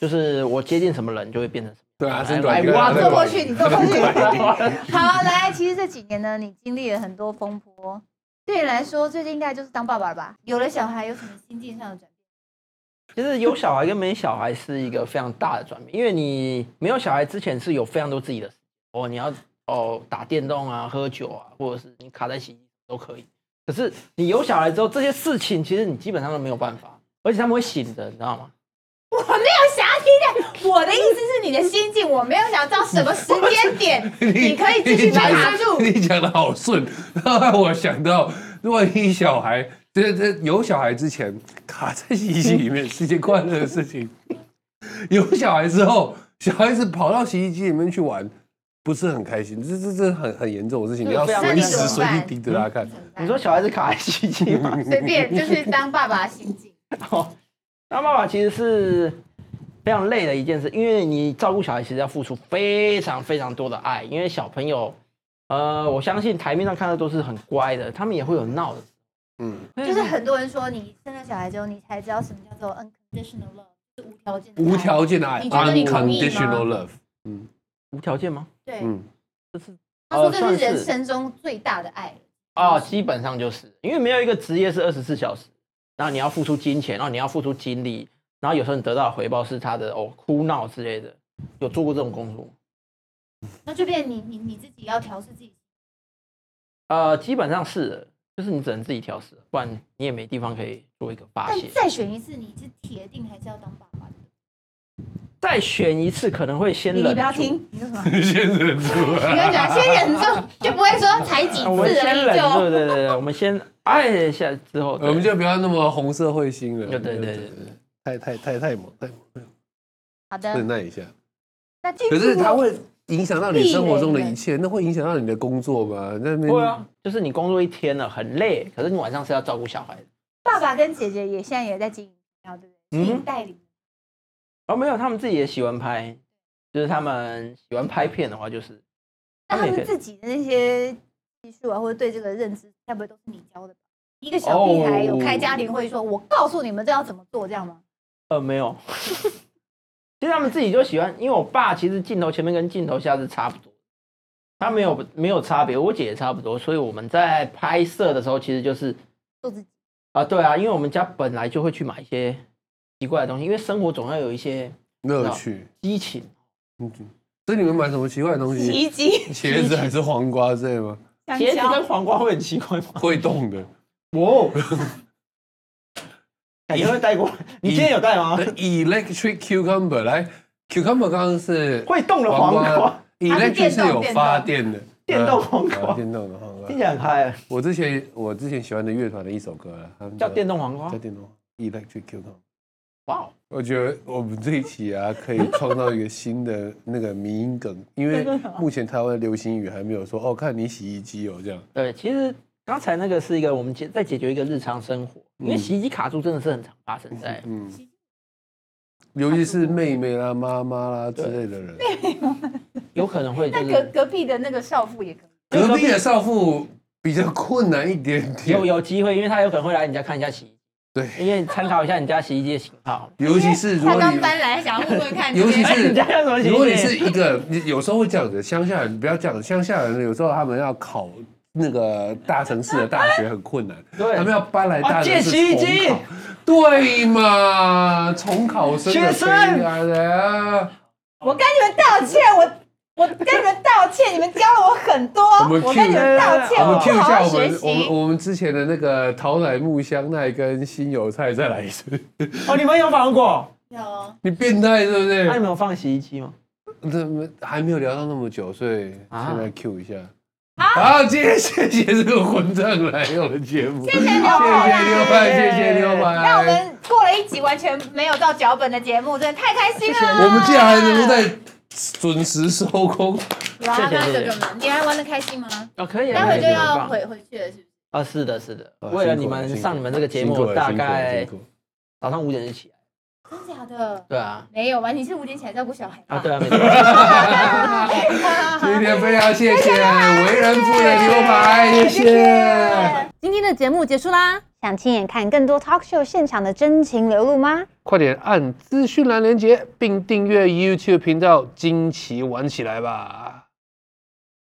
Speaker 3: 就是我接近什么人就会变成什么。
Speaker 4: 对啊，真
Speaker 3: 来
Speaker 4: 短
Speaker 3: 来挖
Speaker 4: 对
Speaker 5: 坐过去，你坐过去。
Speaker 3: 对
Speaker 5: 好，来，其实这几年呢，你经历了很多风波，对你来说，最近应该就是当爸爸了吧？有了小孩，有什么心境上的转变？
Speaker 3: 其实有小孩跟没小孩是一个非常大的转变，因为你没有小孩之前是有非常多自己的事哦，你要哦打电动啊、喝酒啊，或者是你卡在洗衣机都可以。可是你有小孩之后，这些事情其实你基本上都没有办法，而且他们会醒的，你知道吗？
Speaker 5: 我没有想要听的，我的意思是你的心境，我没有想到什么时间点你可以继续被卡住。
Speaker 4: 你讲的好顺，让我想到，万一小孩这这有小孩之前卡在洗衣机里面是一件快乐的事情，有小孩之后，小孩子跑到洗衣机里面去玩，不是很开心，这这这很很严重的事情，你要随时随地盯着他
Speaker 5: 嗯
Speaker 4: 看。
Speaker 3: 你说小孩子卡在洗衣机嗯吗？
Speaker 5: 随便就是当爸爸的心境，
Speaker 3: 哦，当爸爸其实是非常累的一件事，因为你照顾小孩其实要付出非常非常多的爱，因为小朋友，呃，我相信台面上看到都是很乖的，他们也会有闹的。
Speaker 4: 嗯，
Speaker 5: 就是很多人说你生了小孩之后，你才知道什么叫做 unconditional love，就是无条件的爱。
Speaker 4: 无条件的爱啊
Speaker 5: 你觉得你同意吗
Speaker 4: ，unconditional love。
Speaker 3: 无条件吗？
Speaker 5: 对，
Speaker 4: 嗯，
Speaker 5: 他说
Speaker 3: 呃
Speaker 5: 这
Speaker 3: 算
Speaker 5: 是
Speaker 3: 是
Speaker 5: 人生中最大的爱。
Speaker 3: 哦，基本上就是因为没有一个职业是二十四小时，然后你要付出金钱，然后你要付出精力，然后有时候你得到的回报是他的哦哭闹之类的。有做过这种工作吗？
Speaker 5: 那就变成你你你自己要调试自己。
Speaker 3: 呃，基本上是的，就是你只能自己调试，不然你也没地方可以做一个发
Speaker 5: 但
Speaker 3: 泄。
Speaker 5: 再选一次，你是铁定还是要当爸爸的。
Speaker 3: 再选一次可能会先
Speaker 5: 你
Speaker 3: 忍
Speaker 5: 你不要
Speaker 3: 住
Speaker 5: 听，你说什么？
Speaker 4: 先忍住
Speaker 5: 你
Speaker 4: 啊，
Speaker 5: 跟你讲，先忍住，就不会说才几次
Speaker 3: 呃我们
Speaker 5: 而
Speaker 3: 先忍
Speaker 5: 已
Speaker 3: 住，对
Speaker 5: 就。
Speaker 3: 对对，我们先爱一下之后，
Speaker 4: 我们就不要那么红色彗星了。
Speaker 3: 对对对对，
Speaker 4: 太太太太猛，太猛，
Speaker 5: 好
Speaker 4: 忍
Speaker 5: 的，
Speaker 4: 耐一下。
Speaker 5: 那进
Speaker 4: 可
Speaker 5: 入
Speaker 4: 是它会影响到你生活中的一切，那会影响到你的工作吗？那边
Speaker 3: 会啊，就是你工作一天了，很累，可是你晚上是要照顾小孩的。
Speaker 5: 爸爸跟姐姐也现在也在经营，然后对不对？经营代理。
Speaker 3: 哦，没有，他们自己也喜欢拍，就是他们喜欢拍片的话，就是
Speaker 5: 那他
Speaker 3: 也
Speaker 4: 哎
Speaker 3: 可以
Speaker 5: 们自己的那些技术啊，或者对这个认知，该不会都是你教的吧？一个小屁孩有开
Speaker 4: 哦
Speaker 5: 家庭会说，我告诉你们这要怎么做，这样吗？
Speaker 3: 呃没有， 其实他们自己就喜欢，因为我爸其实镜头前面跟镜头下是差不多，他没有没有差别，我姐也差不多，所以我们在拍摄的时候其实就是
Speaker 5: 做自己。
Speaker 3: 啊，对啊，因为我们家本来就会去买一些奇怪的东西，因为生活总要有一些
Speaker 4: 乐趣。
Speaker 3: 激情。
Speaker 4: 嗯所以你们买什么奇怪的东西？
Speaker 5: 衣机、
Speaker 4: 茄子还是黄瓜之类吗？
Speaker 3: 茄 子跟黄瓜会很奇怪吗？
Speaker 4: 会动的，
Speaker 3: 哇，你会带过？你今天有带吗？
Speaker 4: Electric cucumber，来，cucumber 刚刚是
Speaker 3: 会动的黄瓜，
Speaker 4: ，electric 是有发电的，
Speaker 3: 电动黄
Speaker 4: 啊
Speaker 3: 瓜，
Speaker 4: 电动的黄瓜
Speaker 3: 听。起来很嗨，啊
Speaker 4: 我之前我之前喜欢的乐团的一首歌啊，他们
Speaker 3: 叫电动黄瓜
Speaker 4: 叫。电动 electric cucumber。
Speaker 3: 哇哦，
Speaker 4: 我觉得我们这一期啊，可以创造一个新的那个迷音梗，因为目前台湾的流行语还没有说哦，看你洗衣机哦这样。
Speaker 3: 对，其实刚才那个是一个我们解在解决一个日常生活，因为洗衣机卡住真的是很常发生在
Speaker 4: 嗯，尤其是妹妹啦、妈妈啦之类的人，
Speaker 3: 有可能会就
Speaker 5: 那隔
Speaker 3: 是
Speaker 5: 隔壁的那个少妇也可以。
Speaker 4: 隔壁的少妇比较困难一点
Speaker 3: 有
Speaker 4: 点，
Speaker 3: 有机会，因为他有可能会来你家看一下洗衣，
Speaker 4: 对，
Speaker 3: 因为参考一下你家洗衣机的型号。
Speaker 4: 尤其是如
Speaker 5: 他
Speaker 4: 果
Speaker 5: 刚
Speaker 4: 你，
Speaker 5: 搬来，想要问问 看，
Speaker 4: 尤其
Speaker 3: 哎
Speaker 4: 是
Speaker 3: 你家有什么洗衣机？
Speaker 4: 如果你是一个，你有时候会这样子，乡下人不要这样，乡下人有时候他们要考那个大城市的大学很困难，
Speaker 3: 对
Speaker 4: 他们要搬来大城
Speaker 3: 啊借洗
Speaker 4: 市
Speaker 3: 衣
Speaker 4: 重
Speaker 3: 机
Speaker 4: 考，对嘛？重考生的
Speaker 3: 学生哦
Speaker 4: 悲哀啊！
Speaker 5: 我跟你们道歉，我我跟你们道歉，你们教了我很多，
Speaker 4: 我们
Speaker 5: 我跟你们道歉，
Speaker 4: 我们
Speaker 5: 不
Speaker 4: Q 一
Speaker 5: 好
Speaker 4: 下
Speaker 5: 好
Speaker 4: 我
Speaker 5: 学
Speaker 4: 们我们
Speaker 5: 习。
Speaker 4: 我们之前的那个桃乃木香奈跟新油菜再来一次，
Speaker 3: 哦，你们有访问过？啊
Speaker 5: 有
Speaker 4: 你变态对不
Speaker 3: 那你
Speaker 4: 对？
Speaker 3: 们有放洗衣机吗？
Speaker 4: 这还没有聊到那么久，所以
Speaker 3: 啊
Speaker 4: 现在 Q 一下。好，今天谢谢这个混蛋来我的节目，谢谢牛排，谢谢牛排，谢谢牛排。
Speaker 5: 啊让我们过了一集完全没有到脚本的节目，真的太开心了。
Speaker 4: 我们竟然还能够在准时收工，
Speaker 5: 哇，
Speaker 3: 谢谢
Speaker 5: 那
Speaker 3: 谢谢
Speaker 5: 这个门，你还玩的开心吗？
Speaker 3: 哦，可以啊。
Speaker 5: 待会就
Speaker 3: 很
Speaker 5: 要
Speaker 3: 棒
Speaker 5: 回回去了，是不是？
Speaker 3: 啊，是的，是的。
Speaker 4: 啊
Speaker 3: 为了
Speaker 4: 辛苦
Speaker 3: 你
Speaker 4: 了
Speaker 3: 们
Speaker 4: 辛苦
Speaker 3: 上你们这个节
Speaker 4: 辛苦
Speaker 3: 目，
Speaker 4: 了
Speaker 3: 大
Speaker 4: 辛苦了
Speaker 3: 概
Speaker 4: 辛苦了
Speaker 3: 早上五点就起来。
Speaker 5: 真假的？
Speaker 3: 对啊，
Speaker 5: 没有吧？你是五点起来照顾小孩吧
Speaker 3: 啊，对啊，没错。
Speaker 4: 今天非常谢谢为人父的牛排，谢谢。
Speaker 2: 今天的节目结束啦，
Speaker 6: 想亲眼看更多 talk show 现场的真情流露吗？
Speaker 1: 快点按资讯栏连接，并订阅 YouTube 频道，惊奇玩起来吧！